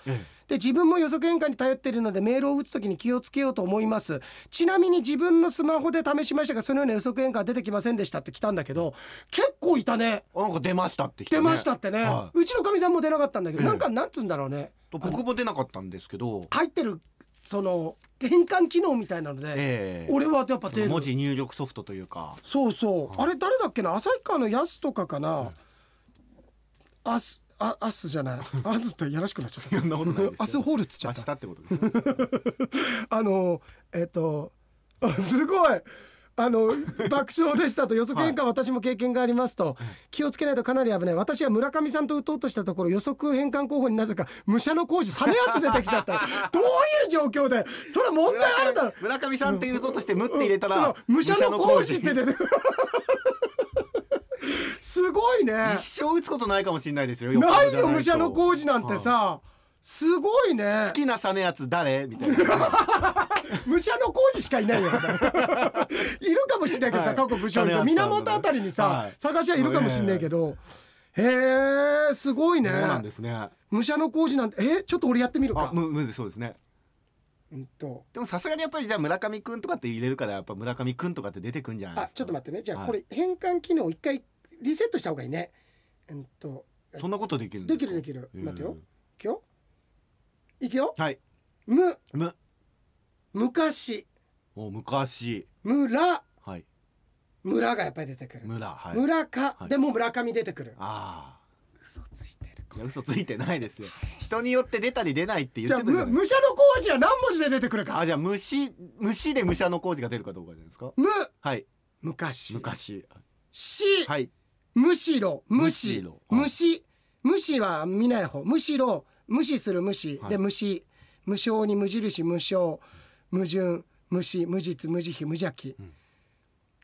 A: で自分も予測変換に頼っているのでメールを打つ時に気をつけようと思いますちなみに自分のスマホで試しましたがそのような予測変換は出てきませんでしたって来たんだけど結構いたね
B: なんか出ましたって来て
A: 出
B: ね
A: ましたってね、
B: はいう
A: ちのかみさんも出なかったんだけど、
B: ええ
A: なんかなんつうんだろうね
B: と僕も出なかったんですけど
A: 入ってるその変換機能みたいなので、
B: ええ
A: 俺はやっぱ出る
B: 文字入力ソフトというか (laughs)
A: そうそう、あれ誰だっけな旭川のやすとかかな、アスあアスじゃないアスってやらしくなっちゃった
B: (laughs) そんなことないですよ
A: アスホールっつっちゃ
B: 明
A: った
B: 日ってことですね
A: あのえっと (laughs) あすごいあの爆笑でしたと予測変換私も経験がありますと、気をつけないとかなり危ない私は村上さんと打とうとしたところ予測変換候補になぜか武者の工事実篤出てきちゃった
B: (laughs)
A: どういう状況でそれは問題 (laughs) あるだろ
B: 村上さんっていうととして「む」って入れた
A: あ
B: ら
A: の武者の工事っ
B: 武者
A: て出
B: の工
A: てくる (laughs) すごいね
B: 事一生打つことないかもしれないですよ
A: ないよ武者の工事なんて
B: はい
A: さすごいね
B: 好きな実篤誰みた
A: (laughs)
B: いな
A: 武者の工事しかい
B: (laughs)
A: ないよいるかもしれないけどさ、
B: はい
A: 過去武将にさ
B: 金谷さんのね
A: 源あたりにさ、
B: はい
A: 探しはいるかもしれないけど、へえすごいね
B: そうなんですねあ
A: 武者の工事なんてえちょっと俺やってみるか
B: むむでそうですね
A: うんと
B: でもさすがにやっぱりじゃあ村上くんとかって入れるからやっぱ村上くんとかって出てくんじゃない
A: あ
B: ですか
A: ちょっと待ってねじゃあ
B: はい
A: これ変換機能を一回リセットした方がいいねうんと
B: そんなことできるん
A: ですき
B: か
A: るできる
B: うん
A: 待てよいくよいくよ
B: はい
A: む
B: む
A: 昔
B: もう昔
A: 村
B: はい
A: 村がやっぱり出てくる
B: 村はい
A: 村か、
B: はい
A: でも村上出てくる
B: ああ
A: 嘘ついてる
B: いや嘘ついてな
A: (laughs)
B: いですよ人によって出たり出ないって言
A: じゃ
B: っ
A: あ
B: てたじゃ
A: む
B: ない
A: 武者の工事は何文字で出てくるか
B: あじゃあ虫虫で武者の工事が出るかどうかじゃないですか
A: む
B: はい
A: 昔
B: 昔
A: し、
B: はい
A: むしろ無
B: む
A: 視
B: しろ
A: 無視無視は見ない方むしろ無視する無視、
B: はい
A: で無視無償に無印無償矛盾無視無実無慈悲無邪気、
B: ん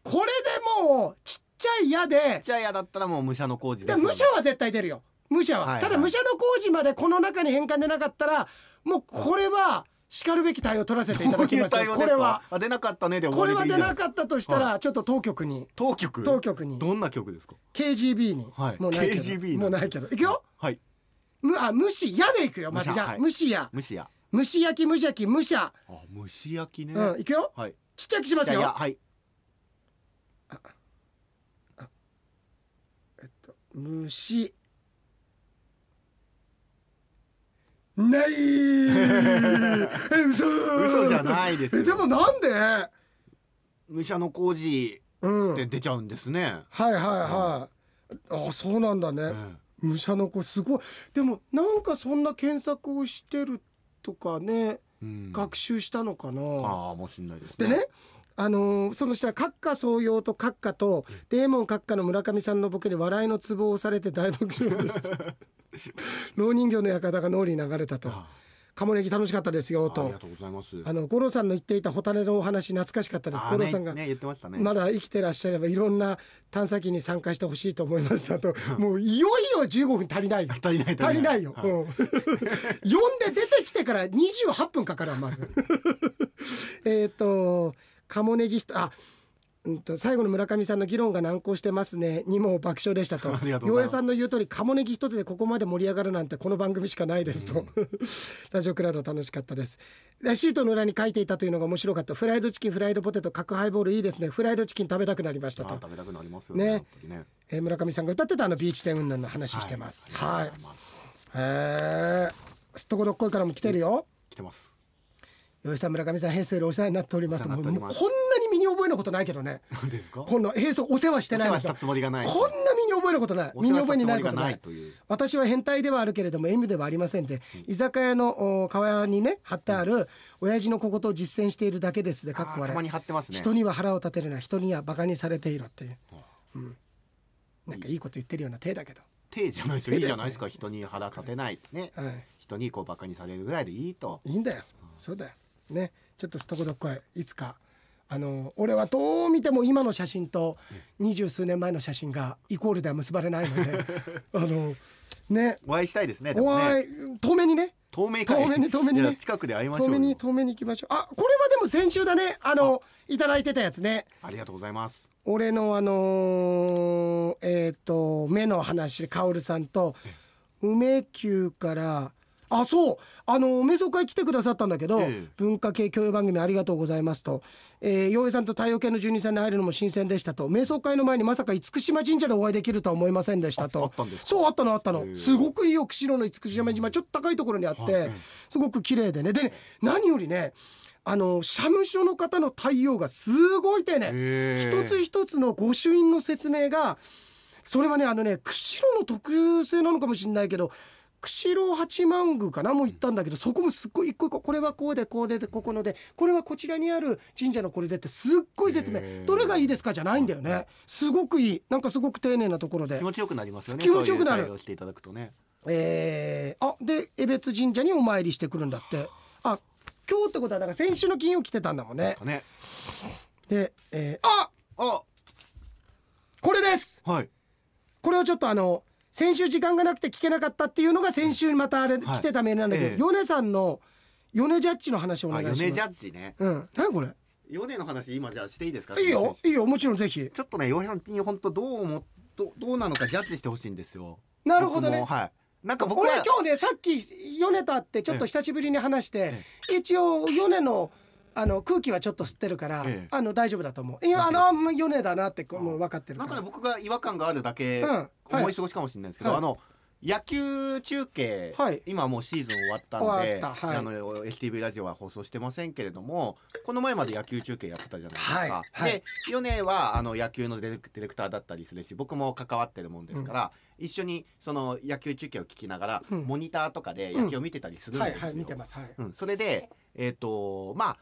A: これでもうちっちゃい「や」で
B: じゃあ嫌だったらもう武者の工事
A: で
B: で
A: 武者は絶対出るよ武者は、
B: はいはい
A: ただ武者の工事までこの中に変換でなかったらもうこれはしかるべき対応を取らせていた
B: どう
A: だき
B: い
A: ま
B: う
A: すよ
B: 対応
A: こ
B: で
A: れ
B: す
A: は
B: かあ出なかったねで終
A: こ
B: わ
A: れ
B: りで
A: はい
B: いじ
A: 出
B: ゃない
A: な
B: ですか
A: かったとしたらちょっと当局に
B: 当局
A: 当局に
B: どんな局ですか
A: KGB に、
B: はい
A: もうないけど
B: KGB
A: もうないけどいくよ
B: はい
A: むあ無視やでいくよまず
B: 無視
A: や
B: はい
A: 無視や
B: 虫や
A: 無視焼き無邪気無者
B: あ虫焼きね、
A: うんいくよ
B: はい
A: ちっちゃくしま
B: い
A: す
B: やいや
A: よ
B: はい
A: 無視ないえ嘘
B: 嘘じゃないです
A: え
B: よ
A: でもなんで
B: 武者の工事
A: うん
B: って出ちゃうんですね、
A: はいはいはい、あそうなんだね、
B: うん
A: 武者の子すごいでもなんかそんな検索をしてるとかね、
B: うん
A: 学習したのかな、
B: ああもうしんないです
A: でね、あのーその下閣下創用と閣下とデーモン閣下の村上さんのボケに笑いのツボを押されて大爆笑でした
B: (laughs)
A: 老人形の館が脳裏に流れたと
B: あ
A: 「鴨ネギ楽しかったですよ」
B: あり
A: と
B: がとうございます
A: あの五郎さんの言っていたホタルのお話懐かしかったです
B: あ
A: 五
B: ー
A: 郎
B: ね
A: さんが、
B: ね言ってましたね
A: まだ生きてらっしゃればいろんな探査機に参加してほしいと思いましたともういよいよ15分足りないよ
B: (laughs) 足りない
A: 足りないよ、
B: は
A: うん (laughs) 読んで出てきてから28分かかるわまずえっと「鴨ネギ人」あうんと最後の村上さんの議論が難航してますねにも爆笑でしたと
B: (laughs) ありがとうご
A: 洋平
B: ざいます
A: さんの言う通りカモネギ一つでここまで盛り上がるなんてこの番組しかないですと、 (laughs) ラジオクラウド楽しかったですレシートの裏に書いていたというのが面白かったフライドチキンフライドポテト角ハイボールいいですねフライドチキン食べたくなりました
B: あ
A: と
B: 食べたくなりますよね
A: ね
B: 本当にね
A: えー村上さんが歌ってたあのビーチ店云々の話してますはい、
B: ありがとうござます
A: へえすっとこどっこいからも来てるよ
B: 来てます
A: 洋平さん村上さん平成よりお世話になっておりますと
B: お世話
A: も
B: に
A: う
B: なっており
A: こんな
B: ます
A: に身に覚えのことないけど
B: (laughs)
A: ね
B: 何ですか
A: この平成お世話してないの
B: お世話したつもりがない
A: こんな身に覚えることない
B: お
A: 身
B: 世
A: に
B: 話
A: 覚えになる
B: したつもり
A: こ
B: が
A: とな
B: ないいという
A: 私は変態ではあるけれども M ではありませんぜ、居酒屋のお川にね貼ってある親父の小言を実践しているだけですでかっこ
B: あーたま
A: 笑
B: に
A: い
B: 貼ってますね
A: 人には腹を立てるな人にはバカにされていろっていう、うん、なんかいいこと言ってるような手だけど、
B: 手じゃないですよいいじゃないですか人に腹立てないね
A: はい、
B: 人にこうバカにされるぐらいでいいと
A: いいんだよそうだよねちょっとすとこどっこいいつかあの俺はどう見ても今の写真と二十数年前の写真がイコールでは結ばれないの
B: (laughs)
A: であのね
B: お会いしたいですねで
A: お
B: も
A: 会
B: ね
A: い透明にね
B: 透明
A: 透明に透明にね
B: いや近くで会いましょ
A: 透
B: うよ
A: 明に透明に行きましょうあこれはでも先週だねあのいただいてたやつね
B: ありがとうございます
A: 俺のあのーえっ、と目の話カオルさんと梅宮からあそうあの瞑想会来てくださったんだけど、
B: ええ
A: 文化系教養番組ありがとうございますと洋平、えー洋平さんと太陽系の住人さんに会えるのも新鮮でしたと瞑想会の前にまさか厳島神社でお会いできるとは思いませんでしたと
B: ああったんですか
A: そうあったのあったの、
B: ええ
A: すごくいいよ釧路の厳島島ちょっと高いところにあって、
B: はい
A: すごく綺麗でねでね何よりねあの社務所の方の対応がすごい丁寧、
B: へー
A: 一つ一つの御朱印の説明がそれはねあのね釧路の特有性なのかもしれないけど釧路八幡宮かなもう行ったんだけどそこもすっごい一個一個これはこうでこうでここのでこれはこちらにある神社のこれでってすっごい説明
B: へー
A: どれがいいですかじゃないんだよねすごくいいなんかすごく丁寧なところで
B: 気持ちよくなりますよね
A: 気持ちよくなる
B: そういう対応していただくとね
A: えー、あで江別神社にお参りしてくるんだってあ今日ってことはだから先週の金曜来てたんだもんね
B: かね
A: で、えーあ
B: あ
A: これです
B: はい
A: これをちょっとあの先週時間がなくて聞けなかったっていうのが先週またあれ
B: はい
A: 来てたメールなんだけど、
B: ええ
A: 米さんの米ジャッジの話をお
B: あ
A: 願いし
B: 米
A: ます
B: ジャッジね
A: うん何これ
B: 米の話今じゃあしていいですか
A: いいよいいよもちろんぜひ
B: ちょっとね洋平さんに本当どう思っどどうなのかジャッジしてほしいんですよ
A: なるほどね
B: 僕もはいなんか僕
A: 俺
B: は
A: は今日ねさっき米と会ってちょっと久しぶりに話して、一応米のあの空気はちょっと吸ってるから、
B: ええ
A: あの大丈夫だと思ういやあのあんま米だなってこうもう分かってる
B: な
A: か
B: んからね僕が違和感があるだけ
A: うんはい
B: 思い過ごしかもしれないんですけど、
A: はい
B: あの野球中継、
A: はい
B: 今もうシーズン終わったん
A: 終
B: で、
A: わったはい
B: あの STV ラジオは放送してませんけれどもこの前まで野球中継やってたじゃないですか、
A: はいはい
B: で米はあの野球のディレクディレクターだったりするし僕も関わってるもんですから、一緒にその野球中継を聞きながら、
A: うん
B: モニターとかで野球を見てたりするん
A: は
B: で
A: い
B: す
A: はい見
B: よ
A: て。ますはい、
B: うん、それでえっ、とまあ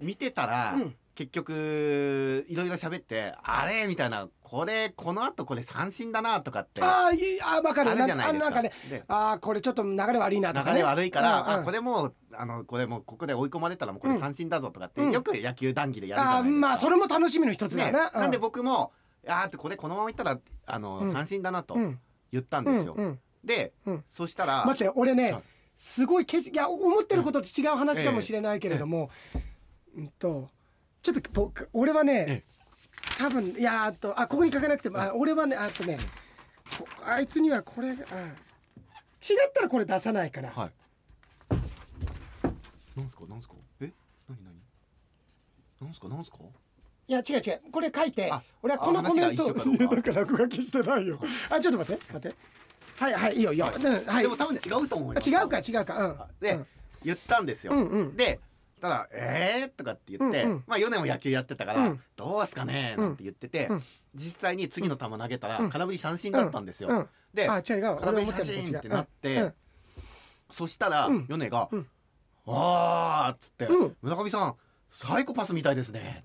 B: 見てたら、
A: うん
B: 結局いろいろ喋ってあれみたいなこれこのあとこれ三振だなとかってあ
A: ああいいあ分かる
B: るじゃない
A: あ
B: です
A: な
B: か
A: んかね
B: で
A: あーこれちょっと流れ悪いなとか、ね、
B: 流れ悪いか
A: うん
B: ら、
A: うん
B: あこれもうあのこれもうここで追い込まれたらもうこれ三振だぞとかって、
A: うん
B: よく野球談義でやるじ
A: あ
B: ゃない
A: ー
B: ですか。
A: まあそれも楽しみの一つだ
B: ね
A: よな、う
B: なんで僕もあーってこれこのままいったらあの、
A: うん
B: 三振だなと
A: うん
B: 言ったんですよ。
A: うんうん
B: で、
A: うん
B: そしたら
A: 待って俺ね、
B: はい
A: すごいけしいや思ってることと違う話かもしれないけれども、うんとちょっと僕俺はね、
B: え
A: 多分いやーっとあここに書かなくても、あ俺はねあとねこあいつにはこれが、うん違ったらこれ出さないから、
B: はい。なんすか、なんすか。え、なになに。なんすか、なんすか。
A: いや違う違うこれ書いて
B: あ
A: 俺はこの
B: あ
A: コメント
B: 話が一緒かどうか
A: いや (laughs) だから落書きしてないよ、あちょっと待って待ってはいはいいいよいいよ、うんはい、
B: でも多分違うと思います。
A: あ違うか。違うかうん
B: で、
A: うん
B: 言ったんですよ。
A: うんうん
B: で。ただ「えー?」とかって言って、
A: うんうん
B: まあ4年も野球やってたから「
A: うん
B: どうすかね?」なんて言ってて、
A: うん
B: 実際に次の球投げたら
A: うん
B: 空振り三振だったんですよ。
A: うう
B: で
A: あ違う
B: 空振り三振ってなって、そしたら
A: うん
B: 米が
A: うん
B: 「わ、ーっつって、
A: うん
B: 村上さんサイコパスみたいですね」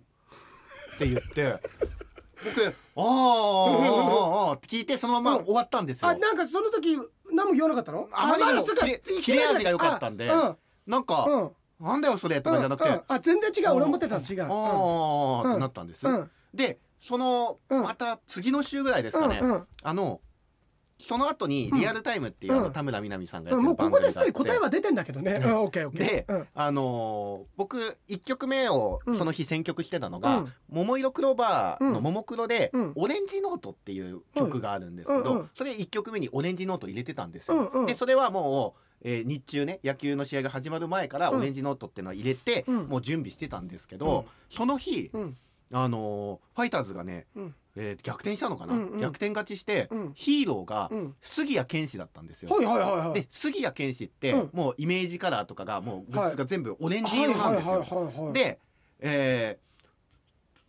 B: って言って
A: (laughs)
B: 僕「あーあーあーあー」って聞いてそのまま終わったんですよ。
A: あなんかその時何も言わなかったの
B: あまりにも
A: なんか
B: 切れ切れ味が良かったんで
A: あ
B: なん
A: うん
B: か
A: うん
B: 「なんだよそれ」とかじゃなくて
A: うんうんあ全然違う俺思ってたの違
B: 「
A: う
B: あ
A: うん
B: あ」ってなったんです
A: うん。
B: でその
A: うん
B: また次の週ぐらいです
A: う
B: か
A: ん
B: ね
A: うん
B: あのその後にリアルタイムっていう、あの
A: うん
B: 田村みな実さんがや
A: う
B: っ
A: ん
B: て
A: も
B: る
A: うここです
B: 番
A: で
B: 組
A: に
B: があ
A: 答えは
B: って
A: 出てんだけどね。うん、 (laughs) オッケーオッケー。
B: で
A: うん、
B: あのー僕1曲目を
A: うん
B: その日選曲してたのが
A: う
B: 「
A: ん
B: 桃色クローバー」の「桃黒」で
A: うん
B: 「オレンジノート」っていう曲があるんですけ
A: うんう
B: ど
A: ん
B: それ1曲目に「オレンジノート」入れてたんです
A: う
B: よ。
A: んうん
B: でそれはもう、えー日中ね野球の試合が始まる前から「
A: うん
B: オレンジノート」っていうのを入れて、
A: うん
B: もう準備してたんですけ
A: う
B: ど、
A: ん
B: その日、
A: うん
B: あのーファイターズがね、
A: うん
B: えー逆転したのかな、
A: うんうん
B: 逆転勝ちして、
A: うん
B: ヒーローが
A: うん。
B: 杉谷拳士だったんですよ。
A: はいはいはいはい
B: で。杉谷拳士って、
A: うん
B: もうイメージカラーとかがもうグッズが全部オレンジ
A: はい
B: 色な
A: は
B: ん
A: い
B: ですよ。
A: はいはいはい。、
B: で、えー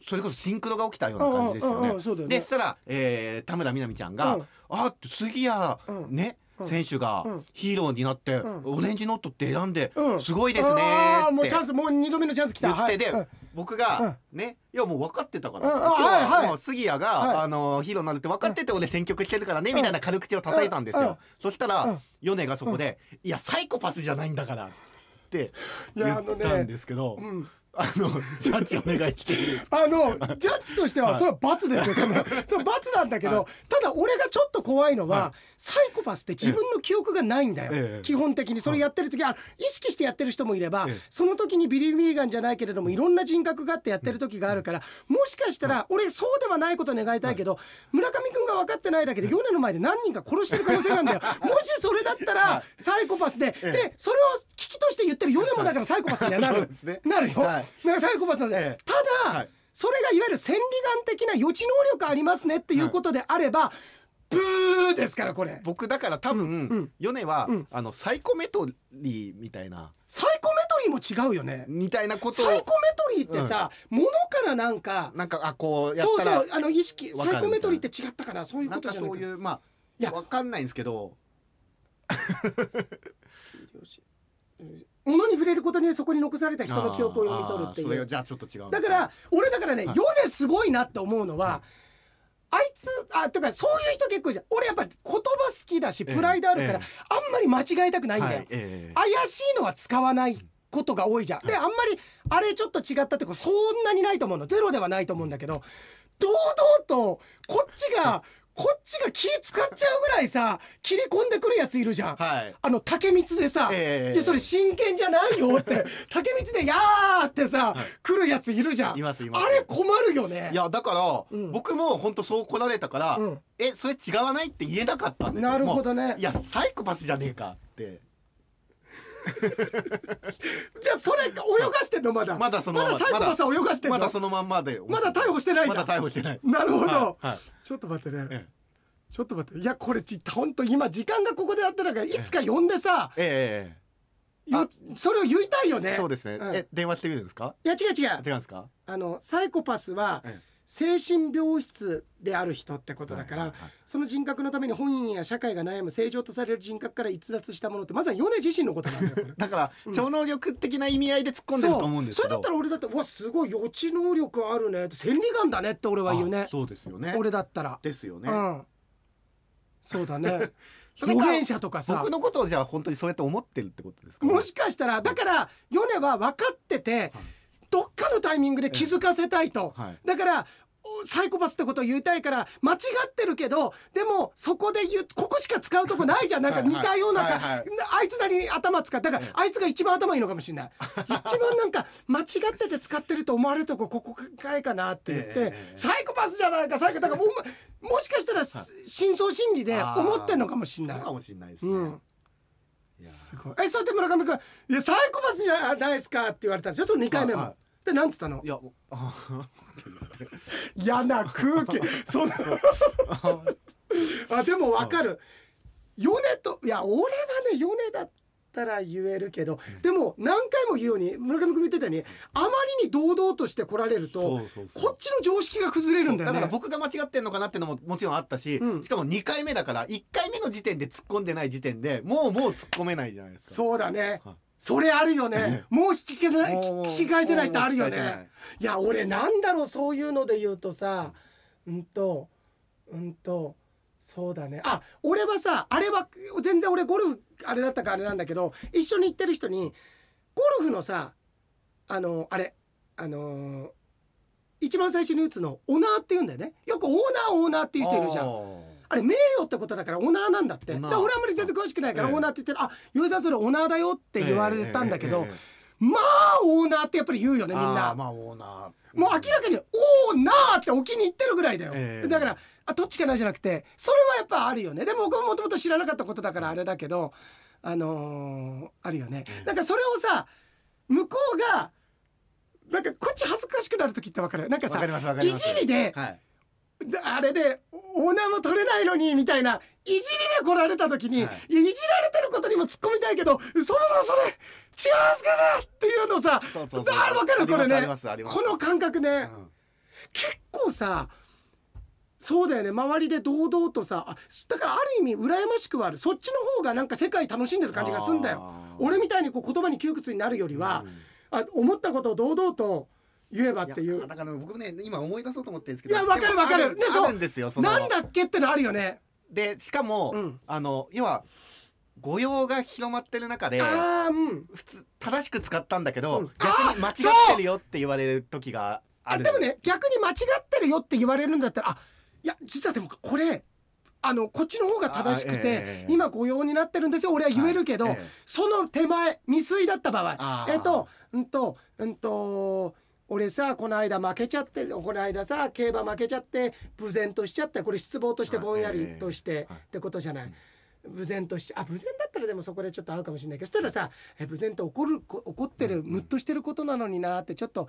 B: それこそシンクロが起きたような感じですよね。
A: うんうんそうだよね
B: でそ。したら、えー田村みな実ちゃんが「
A: うん
B: あって杉谷
A: うん
B: ね、
A: うん
B: 選手が
A: うん
B: ヒーローになって、
A: うん
B: オレンジノットって選んで、
A: うん
B: すごいですね」
A: ああもう
B: って
A: チャンスもう二度目のチャンス来た。
B: 言ってで
A: はい
B: 僕が、ねいやもう分かってたから、
A: うんうん
B: 今日は
A: はいはい
B: もう杉谷が、
A: はい
B: あのヒーローになるって分かってて俺選曲してるからね、
A: うん
B: みたいな軽口を叩いたんですよ、
A: うんうん
B: そしたら、
A: うん
B: 米がそこで「いやサイコパスじゃないんだから」って
A: いや
B: 言
A: あの
B: っ
A: ね
B: たんですけど、
A: うんうん
B: あのジャッジお願いしていいですか
A: あのジャッジとしてはそれは罰ですよ、そのでも罰なんだけど、
B: は
A: ただ俺がちょっと怖いのは、
B: は
A: サイコパスって自分の記憶がないんだよ、
B: ええ
A: 基本的にそれやってる時は意識してやってる人もいれば、
B: ええ
A: その時にビリー・ミーガンじゃないけれどもいろんな人格があってやってる時があるから、もしかしたら俺そうではないこと願いたいけど、村上君が分かってないだけで米の前で何人か殺してる可能性があるんだ
B: (laughs)
A: よもしそれだったらサイコパスで、
B: ええ
A: でそれを危機として言ってる米もだからサイコパスにはな
B: (laughs) そう
A: る
B: ですね
A: なるよ、
B: はい
A: なんかサイコパスなんで、
B: ええ
A: ただ、
B: はい
A: それがいわゆる千里眼的な予知能力ありますねっていうことであれば、ブーですからこれ
B: 僕だから多分、
A: うん
B: 米は、
A: うん
B: あのサイコメトリーみたいな
A: サイコメトリーも違うよね
B: みたいなこと
A: サ
B: を
A: イコメトリーってさ、ものからなんか
B: なんかあこうやっ
A: そう
B: たら
A: そうあの意識
B: わかる
A: サイコメトリーって違ったからそういう
B: な
A: こ
B: ん
A: と
B: か
A: じゃない
B: そ
A: か
B: う
A: な
B: いうまあ
A: いや
B: わかんないんですけど
A: ものに触れることによってそこに残された人の記憶を読み取るって
B: あーあーそ
A: い
B: れ
A: う
B: じゃあちょっと違うの
A: だから俺だからね、
B: はい
A: ヨネすごいなって思うのは、あいつあとかそういう人結構いるじゃん俺やっぱ言葉好きだし
B: ええ
A: プライドあるから、
B: ええ
A: あんまり間違えたくないんだよ、
B: はいええ
A: 怪しいのは使わないことが多いじゃん、であんまりあれちょっと違ったってことそんなにないと思うのゼロではないと思うんだけど堂々とこっちがこっちが気使っちゃうぐらいさ切り込んでくるやついるじゃん、
B: はい
A: あの竹光でさ、
B: ええ
A: いやそれ真剣じゃないよって
B: (laughs)
A: 竹光で「やー」ってさ、来るやついるじゃん
B: いますいます
A: あれ困るよね
B: いやだから、
A: うん
B: 僕も本当そう来られたから、
A: うん
B: えそれ違わないって言えなかったんですよ
A: なるほどね
B: もういやサイコパスじゃねえかって
A: じゃあそれ泳がしてんのまだ
B: まだそのまま
A: サイコパスは泳がしてんの
B: まだそのまんまで
A: まだ逮捕してないん
B: ま
A: だ
B: だ逮捕してない
A: なるほど、
B: はいはい
A: ちょっと待ってね、
B: え
A: ちょっと待っていやこれち本当今時間がここであったらからいつか呼んでさ、
B: ええ
A: よそれを言いたいよね
B: えそうですね、
A: うん
B: え電話してみるんですか
A: いや違う違う
B: 違うんですか
A: あのサイコパスは
B: え
A: 精神病質である人ってことだから、
B: はいはいはい
A: その人格のために本人や社会が悩む正常とされる人格から逸脱したものってまさに米自身のことなん
B: (laughs)
A: だよこれ
B: だから、超能力的な意味合いで突っ込んでると思うんです
A: そ
B: け
A: れだ
B: ど
A: ったら俺だってうわすごい予知能力あるねって千里眼だねって俺は言う
B: あ
A: ね
B: そうですよね
A: 俺だったら、
B: ですよね、
A: うんそうだ
B: (laughs)
A: ね
B: それ
A: 予
B: か
A: 言者とかさ
B: 僕のことをじゃあ本当にそうやって思ってるってことですか、
A: もしかしたらだから米は分かっててどっかのタイミングで気づかせたいと、
B: はい
A: だからおサイコパスってことを言いたいから間違ってるけどでもそこで言うここしか使うとこないじゃんなんか
B: はいは
A: 似
B: い
A: たようなか
B: はいはい
A: あいつなりに頭使ってだからあいつが一番頭いいのかもしれない一番なんか間違ってて使ってると思われるとこここかいかなって言って、
B: ええ
A: サイコパスじゃないかサイコだからもうもしかしたら真相心理で思ってんのかもしれない
B: そうか。もしれないですね、
A: うん
B: いや
A: すごい。え、それで村上君、いや、サイコパスじゃないですかって言われたんですよ、その2回目
B: はい
A: も
B: は。
A: で、なんつったの
B: いや (laughs) もうあ
A: 嫌な空気。そんなあ、でもわかる。ヨネと、いや、俺はね、ヨネだったら言えるけど、でも何回も言うように、村上君言ってたように、あまりに堂々として来られると
B: そうそう、そう
A: こっちの常識が崩れるんだよ
B: だ
A: ね。
B: から僕が間違ってんのかなってのももちろんあったし、
A: うん
B: しかも2回目だから1回目の時点で突っ込んでない時点でもうもう突っ込めないじゃないですか
A: そうだね
B: はい。
A: それあるよね。もう引き消せない、
B: もうもう
A: 聞き返せないってあるよ
B: もうもう聞き返せな
A: ね
B: い。
A: いや、俺なんだろう、そういうので言うとさ。うんと。うんと。そうだね。あ、俺はさ、あれは全然俺ゴルフ、あれだったかあれなんだけど、一緒に行ってる人に。ゴルフのさ。あの、あれ。あのー一番最初に打つのオナーって言うんだよねよくオーナーオーナーっていう人いるじゃん
B: あ
A: あれ名誉ってことだからオナーなんだってだ
B: オナー
A: から俺あんまり全然詳しくないから
B: ええ
A: オーナーって言ってるあ岩井さんそれオナーだよって言われたんだけど、
B: えええええ
A: まあオーナーってやっぱり言うよねみん
B: あ
A: な
B: ーまあオーナー
A: もう明らかに「オーナー」ってお気に入ってるぐらいだよ、
B: ええ
A: だからあどっちかなじゃなくてそれはやっぱあるよねでも僕ももともと知らなかったことだからあれだけどあのーあるよね、なんかそれをさ向こうがなんかこっち恥ずかしくなる時ってわかるなんか
B: わ
A: さ
B: かりますわかります
A: いじりで
B: はい
A: であれでオーナーも取れないのにみたいないじりで来られた時に、、
B: はい
A: やいじられてることにも突っ込みたいけどそもそもそれ違うんすかねっていうのさ
B: そうそうそう
A: あ分かるこれ
B: あり
A: ね
B: ますあります
A: この感覚ね、
B: うん
A: 結構さそうだよね周りで堂々とさあだからある意味羨ましくはあるそっちの方がなんか世界楽しんでる感じがすんだよ
B: あー
A: 俺みたいにこう言葉に窮屈になるよりは
B: うん、
A: あ思ったことを堂々と言えばってい
B: や
A: う
B: だから僕ね今思い出そうと思ってるんですけど
A: いやわかる
B: でも
A: わかる
B: あ
A: ねそう
B: あるんですよその
A: なんだっけってのあるよね
B: でしかも、
A: うん
B: あの要は誤用が広まってる中で
A: ああうん
B: 普通正しく使ったんだけど、
A: うん
B: 逆に間違ってるよって言われる時があ
A: あ
B: る
A: でもね逆に間違ってるよって言われるんだったらあいや実はでもこれあのこっちの方が正しく
B: あえ
A: て、
B: えええ
A: 今御用になってるんですよ俺は言えるけど、
B: はいええ
A: その手前未遂だった場合
B: あー
A: えっとうんとうんと俺さこの間負けちゃってこの間さ競馬負けちゃって無然としちゃってこれ失望として
B: はい
A: ぼんや
B: え
A: り
B: えええ
A: として
B: はい
A: ってことじゃない。無然としあ無然だったらでもそこでちょっと合うかもしれないけどそしたらさえ無然と怒るこ怒ってるムッとしてることなのになってちょっと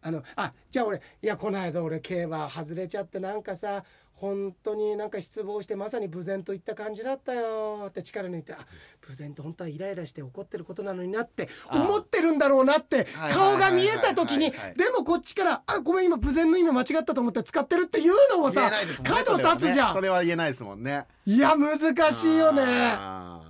A: あのあじゃあ俺いやこの間俺競馬外れちゃってなんかさ本当になんか失望してまさに無然といった感じだったよって力抜いてあ無然と本当はイライラして怒ってることなのになって
B: あ
A: 思ってるんだろうなって
B: はいはいはい
A: 顔が見えた時に
B: はいはいはい
A: でもこっちから「あごめん今無然の意味間違ったと思って使ってる」っていうのも
B: 言
A: さ
B: えないですもんね
A: 角立つじゃ
B: そ
A: ん
B: れはねそれは言えないですもんね
A: いや難しいよね。
B: あ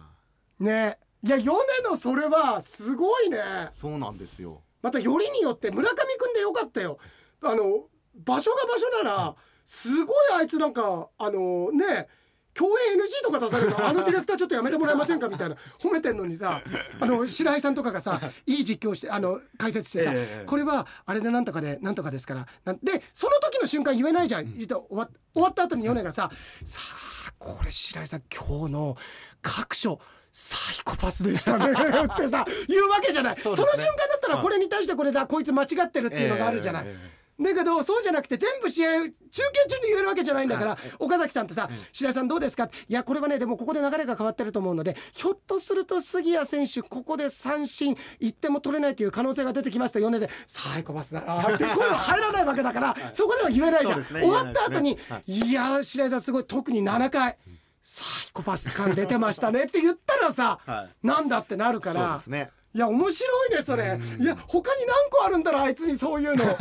A: ねいや米のそれはすごいね
B: ーそうなんですよ
A: またよりによって村上くんでよかったよあの場所が場所ならすごいあいつなんかあのね共演 NG とか出される
B: (laughs)
A: のあのディレクターちょっとやめてもらえませんかみたいな褒めてんのにさあの白井さんとかがさいい実況してあの解説してさ、
B: ええ
A: これはあれでなんとかでなんとかですからなんでその時の瞬間言えないじゃん、実は終わ終わった後に米がさ「さあこれ白井さん今日の各所サイコパスでしたね」ってさ言うわけじゃない
B: そう
A: そ,、
B: ですね
A: の瞬間だったらこれに対してこれだこいつ間違ってるっていうのがあるじゃない。
B: えええ
A: だけどそうじゃなくて全部試合中継中に言えるわけじゃないんだから岡崎さんとさ「白井さんどうですか?」いやこれはねでもここで流れが変わってると思うのでひょっとすると杉谷選手ここで三振一点も取れないという可能性が出てきました米で「サイコパスだな」って声が入らないわけだからそこでは言えないじゃん、
B: そうですね
A: 終わった後に
B: 言え
A: 「いや白井さんすごい特に7回サイコパス感出てましたね」って言ったらさ、
B: は
A: なんだってなるか
B: そうで
A: ら
B: す。ね
A: いや面白いねそれいや他に何個あるんだろうあいつにそう
B: (laughs)
A: いうのあい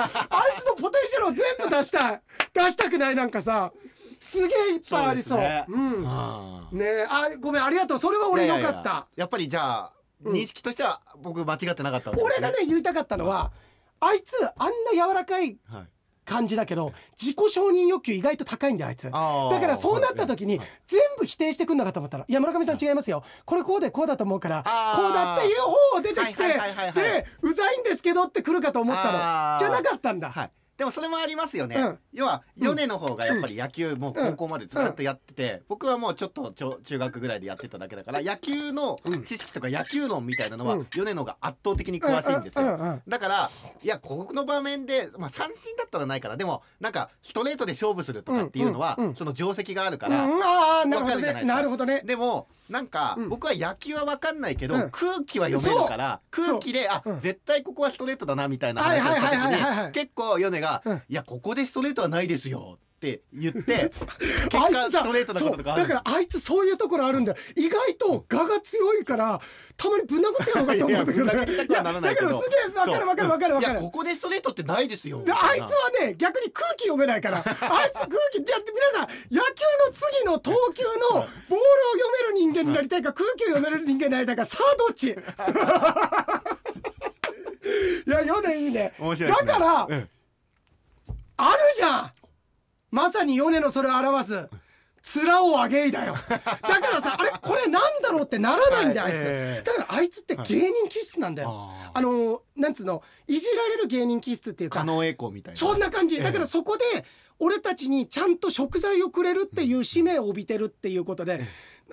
A: つのポテンシャルを全部出したい出したくないなんかさすげえいっぱいありそう
B: そうです
A: う
B: ね
A: んね
B: あー
A: えあごめんありがとうそれは俺
B: い
A: よ
B: やいやいや
A: かった
B: やっぱりじゃあ認識としては僕間違ってなかったわけで
A: 俺
B: すね
A: がね言いたかったのはあいつあんな柔らかい
B: はい
A: 感じだけど自己承認欲求意外と高いんだよあいつだ
B: あー
A: からそうなった時に
B: はいはい
A: 全部否定してくんなかと思ったら「いや村上さん違いますよこれこうでこうだと思うから
B: あー
A: こうだっていう方を出てきて
B: はいはいはいはいはい
A: でうざいんですけど」って来るかと思ったの
B: あー
A: じゃなかったんだ
B: はい、でもそれもありますよね、
A: うん
B: 要は米の方がやっぱり野球もう高校までずっとやってて、僕はもうちょっとちょ中学ぐらいでやってただけだから野球の知識とか野球論みたいなのは
A: うん
B: 米の方が圧倒的に詳しいんですよ、
A: うんうんうんうん
B: だからいやここの場面で、まあ、三振だったらないからでもなんかストレートで勝負するとかっていうのは、
A: うんうんうん
B: その定石があるか
A: うん
B: ら、
A: ああなるほ
B: わ
A: ど
B: かるじゃな
A: ね
B: いですか
A: なるほどね
B: でもなんか、
A: うん
B: 僕は野球は分かんないけど、
A: うん
B: 空気は読めるから
A: そう
B: 空気であ、
A: うん
B: 絶対ここはストレートだなみたいな話を
A: はい
B: した
A: はい
B: 時
A: はいはいはいは
B: に
A: い
B: 結構米が、
A: うん
B: いやここでストレートはないですよ」って言って
A: (laughs)
B: 結
A: あい
B: 果
A: つさ
B: ストレートなこととかあ
A: そ
B: る
A: うだからあいつそういうところあるんだよ意外と我が強いからたまにぶん殴ってやろうかと思うんだけどね
B: いやいやぶん殴りたくはならないけど
A: いやだけどすげえわかるわかるわかるわ
B: い
A: か
B: や
A: る
B: ここでストレートってないですよ
A: であいつはね逆に空気読めない
B: (laughs)
A: からあいつ空気じゃあ皆さん野球の次の投球のボールを読める人間になりたいか空気を読める人間になりたいかさあどっち (laughs) いや4年いいね
B: 面白いですね
A: だから、
B: うん
A: あるじゃんまさに米のそれを表す面を上げいだよだからさあれこれなんだろうってならないんだよあ
B: はい
A: い
B: ええ
A: つだからあいつって芸人気質なんだよ、
B: あ
A: あのーなんつうのいじられる芸人気質っていうか
B: 狩野英孝みたいな
A: そんな感じ
B: ええ
A: だからそこで俺たちにちゃんと食材をくれるっていう使命を帯びてるっていうことで、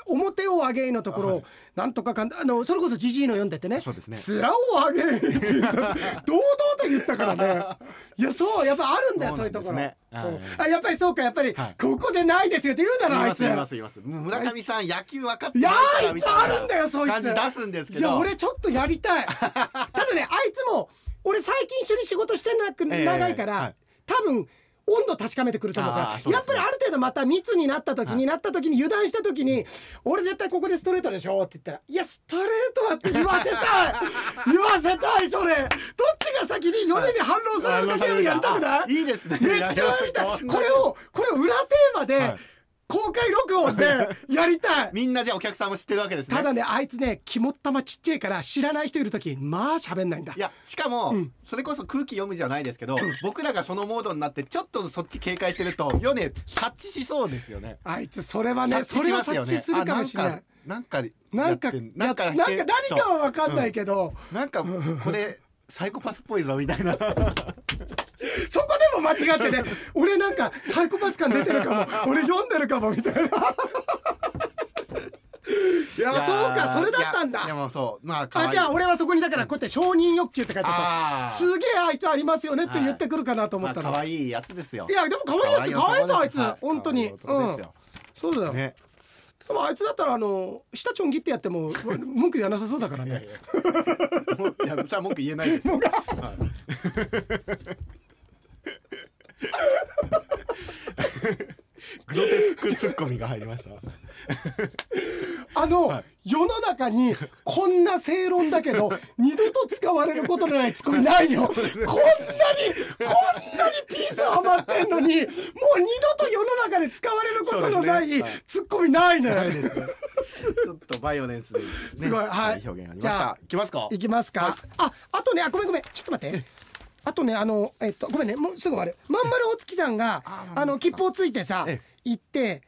A: 表を上げいのところをなんとかかんあのそれこそじじいの読んでてね
B: そうですね
A: 面を上げ
B: (laughs)
A: いって言った堂々と言ったからねいやそうやっぱあるんだよそういうところ、
B: そうなんですね
A: うんあやっぱりそうかやっぱり、
B: はい
A: ここでないですよって言うだろあい
B: ま
A: つ
B: すいますいますもう村上さん野球分かって
A: いや
B: ないから
A: あい
B: み
A: つ
B: たいな
A: あるんだよそいつ
B: 感じ出すんですけ
A: いや
B: ど
A: 俺ちょっとやり
B: (laughs)
A: たいただねあいつも俺最近一緒に仕事してなく
B: ええ
A: 長いから、
B: はい
A: 多分温度確かめてくると思うから
B: あーそうで
A: や
B: すね
A: っぱりある程度また密になった時に、
B: はい
A: なった時に油断した時に「俺絶対ここでストレートでしょ」って言ったら「いやストレートは」って言わ
B: (laughs)
A: せたい言わせたいそれどっちが先に世に反論されるかゲームやりたくない
B: あいいですね
A: めっちゃやりたいこれをこれを裏テーマ
B: は
A: で
B: い
A: 公開録音でやりたい
B: みんなじゃあお客さんも知ってるわけですね
A: ただねあいつね肝っ玉ちっちゃいから知らない人いる時まあ喋んないんだ
B: いやしかも、
A: うん
B: それこそ空気読むじゃないですけど、僕らがそのモードになってちょっとそっち警戒してるとヨネ察知しそうですよね。
A: あいつそれはねそ
B: 察知
A: れ
B: し
A: は
B: ますよ
A: 察
B: ね
A: 知するかもしれない
B: あなんか
A: なんか
B: やって
A: なんかなんか何かは分かんないけど、
B: なんかこれサイコパスっぽいぞ
A: (laughs)
B: みたいな
A: そこでも間違って
B: (laughs)
A: ね俺なんかサイコパス感出てるかも俺読んでるかもみたいないやそ
B: いやー
A: うかそれだったん
B: いやいや
A: だ
B: もうそうまあ可愛
A: あ
B: い
A: じゃあ俺はそこにだからこうやって承認欲求って書いてあ
B: あ
A: る
B: ー
A: すげえあいつありますよねって言ってくるかなと思っ
B: まあ
A: たの、
B: 可愛いやつですよ
A: いやでも可愛いやつ可愛いぞあいつ
B: は
A: 本当に
B: 可愛い男ですよ
A: そうだよ、
B: ね
A: でもあいつだったらあの下ちょん切ってやっても (laughs) 文句言わなさそうだから
B: (laughs)
A: ね
B: もういやさあ文句言えないですよ
A: (laughs)
B: はいグロテスクツッコミが入りました
A: あの、世の中にこんな正論だけ
B: (laughs)
A: ど二度と使われることのないツッコミないよこんなにこんなにピースはまってんのにもう二度と世の中で使われることのない
B: そうですねはい
A: ツッコミないね
B: ちょっとバイオレンスで、ね、
A: すごいはい
B: 表現ありまし
A: じゃあ
B: たいきますか
A: いきますか、
B: はい
A: ああとねあごめんごめんちょっと待ってあとねあのえっとごめんねもうすぐ終わるまんまるお月さんが
B: あ
A: あ
B: ーまんまる
A: の
B: お月
A: 切
B: さん
A: 符をついてさ
B: え
A: 行って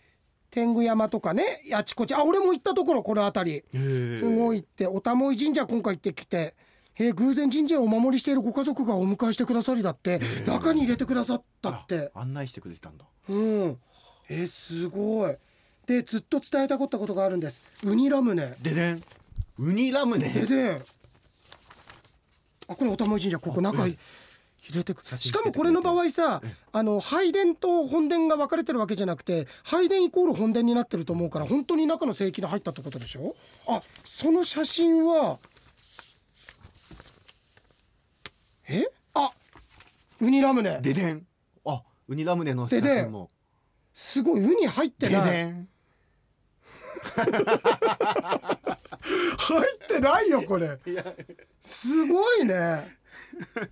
A: 天狗山とかねあちこちあ俺も行ったところこの辺り
B: え
A: 動いておたもい神社今回行ってきて。えー偶然神社をお守りしているご家族がお迎えしてくださりだって中に入れてくださったって
B: 案内してくれてたんだ
A: うんえーすごいでずっと伝えたかったことがあるんですウニラムネ
B: でねんウニラムネ
A: でであこれおたまい神社ここ中入れてく
B: 写真
A: しかもこれの場合さあの拝殿と本殿が分かれてるわけじゃなくて拝殿イコール本殿になってると思うから本当に中の聖域に入ったってことでしょあその写真はえあウニラムネ
B: ででんあウニラムネの
A: で
B: 写
A: でん
B: 真も
A: すごいウニ入って
B: で
A: ない
B: でん
A: 入ってないよこれすごいね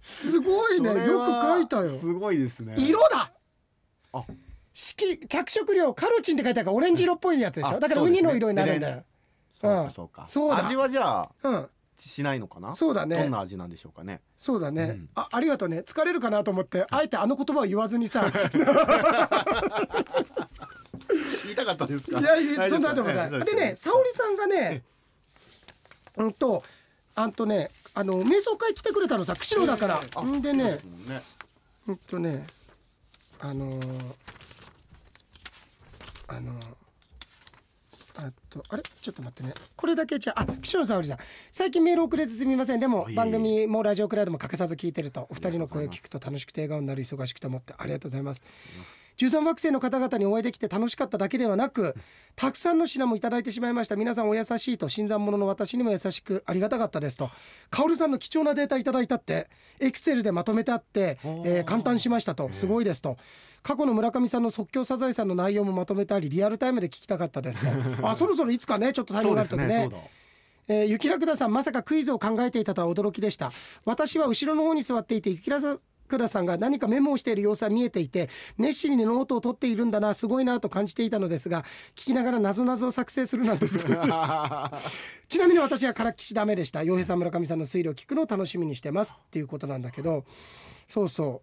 A: すごいね
B: それ
A: よく
B: は
A: 書いたよ
B: すごいですね
A: 色だ
B: あ
A: 色着色料カロチンって書いてあるからオレンジ色っぽいやつでしょ
B: あ
A: だから
B: そう
A: ウ
B: です
A: ニ
B: ね
A: の色になるんだよ
B: そう
A: うん
B: かそうか
A: そうだ
B: 味はじゃあ
A: うん
B: しないのかな
A: そうだね
B: どんな味なんでしょうかね
A: そうだね、
B: うん
A: あありがとうね疲れるかなと思ってあえてあの言葉を言わずにさ
B: 言いたかったですか
A: いやいやそんなこともない
B: 大丈夫
A: ですね沙織さんがねうんとあんとねあの瞑想会来てくれたのさ釧路だから、
B: あ
A: んで
B: そう
A: ね
B: すもんね
A: うんとねあのー、あのー、あとあれちょっと待ってねこれだけじゃあ岸野沙織さん最近メール遅れずすみませんでも
B: あいえいえ
A: 番組もラジオクラウドも欠かさず聞いてるとお二人の声
B: あり
A: を
B: が
A: 聞
B: とうございます
A: くと楽しくて笑顔になる忙しくて思ってありがとうございます13惑星の方々にお会いできて楽しかっただけではなくたくさんの品もいただいてしまいました皆さんお優しいと新参者の私にも優しくありがたかったですとカオルさんの貴重なデータいただいたってエクセルでまとめてあって、え
B: おー
A: ー簡単しましたとすごいですと過去の村上さんの即興サザエさんの内容もまとめてありリアルタイムで聞きたかったです (laughs) とあそろそろいつかねちょっとタイミン
B: そう
A: グがあ
B: で
A: るときね
B: すねそうだ
A: えー、雪らくださんまさかクイズを考えていたとは驚きでした私は後ろの方に座っていて雪らくださんが何かメモをしている様子は見えていて熱心にノートを取っているんだなすごいなと感じていたのですが聞きながら謎々を作成するなんてすごい
B: (laughs)
A: ですちなみに私はからっきしダメでした洋平さん村上さんの推理を聞くのを楽しみにしてますっていうことなんだけどそうそう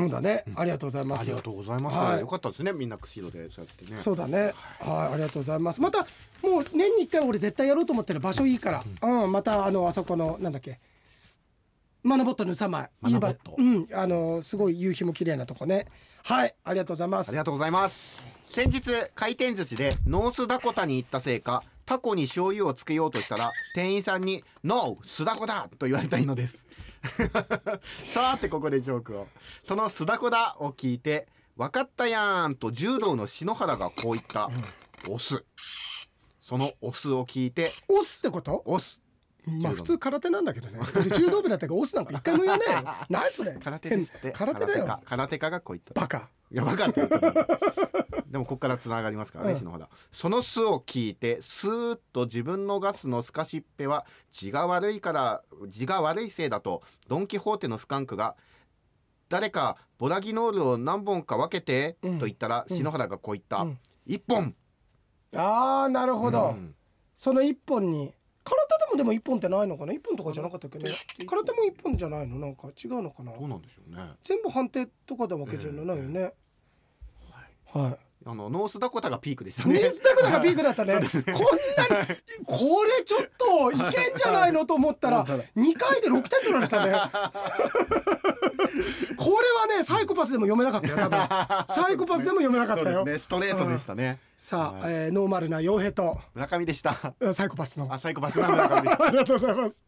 A: そうだねありがとうございま
B: あ
A: す
B: りがとうございます、
A: はい
B: よかったですねみんな釧路でそうやってね
A: そうだね。はい、ありがとうございます。また、もう年に一回俺絶対やろうと思ってる場所いいから。うん、またあの、あそこの、なんだっけ。マナボットの様枚
B: マナボット
A: うんあのすごい夕日も綺麗なとこねはいありがとうございま
B: あ
A: す
B: りがとうございます先日回転寿司でノースダコタに行ったせいかタコに醤油をつけようとしたら店員さんに「ノースダコだ!」と言われたいのです (laughs) さてここでジョークをその「スダコだ!」を聞いて「分かったやん」と柔道の篠原がこう言った「オス」その「オス」を聞いて
A: 押すってこ
B: 「
A: と
B: オス
A: まあ普通空手なんだけどね俺柔道部だったから押すなんか一回も言わねえ
B: (laughs)
A: よ何それ」
B: 空手ですって
A: 変空手だ
B: 空
A: よ
B: 手家空手家がこう言った
A: バカ
B: いや分かってると思
A: (laughs)
B: うでもここからつながりますからね、
A: うん
B: 篠原その巣を聞いてスーッと自分のガスのスカシッペは血が悪いから血が悪いせいだとドン・キホーテのスカンクが「誰かボラギノールを何本か分けて」
A: うん
B: と言ったら、
A: うん
B: 篠原がこう言った
A: うん
B: 「一本!
A: あーなる
B: う
A: ほ
B: ん」
A: ど、その一本に空手でもでも一本ってないのかな一本とかじゃなかったっけど空手も一本じゃないのなんか違うのかな
B: どうなんでしょうね
A: 全部判定とかだわけじゃないよね、はい
B: あのノースダコタがピークでしたね
A: 水田君がピークだったね (laughs) こんなにこれちょっといけんじゃないのと思ったら
B: (laughs) 本当だ
A: 2回で6点取られ
B: (laughs)
A: たねこれはねサイコパスでも読めなかったよ多
B: (laughs)
A: 分サイコパスでも読めなかった
B: そう
A: よ、
B: ですねストレートでしたね、
A: さあ、えーノーマルな傭兵と
B: 村上でした
A: うんサイコパスの
B: あサイコパスな村上でした
A: ありがとうございます。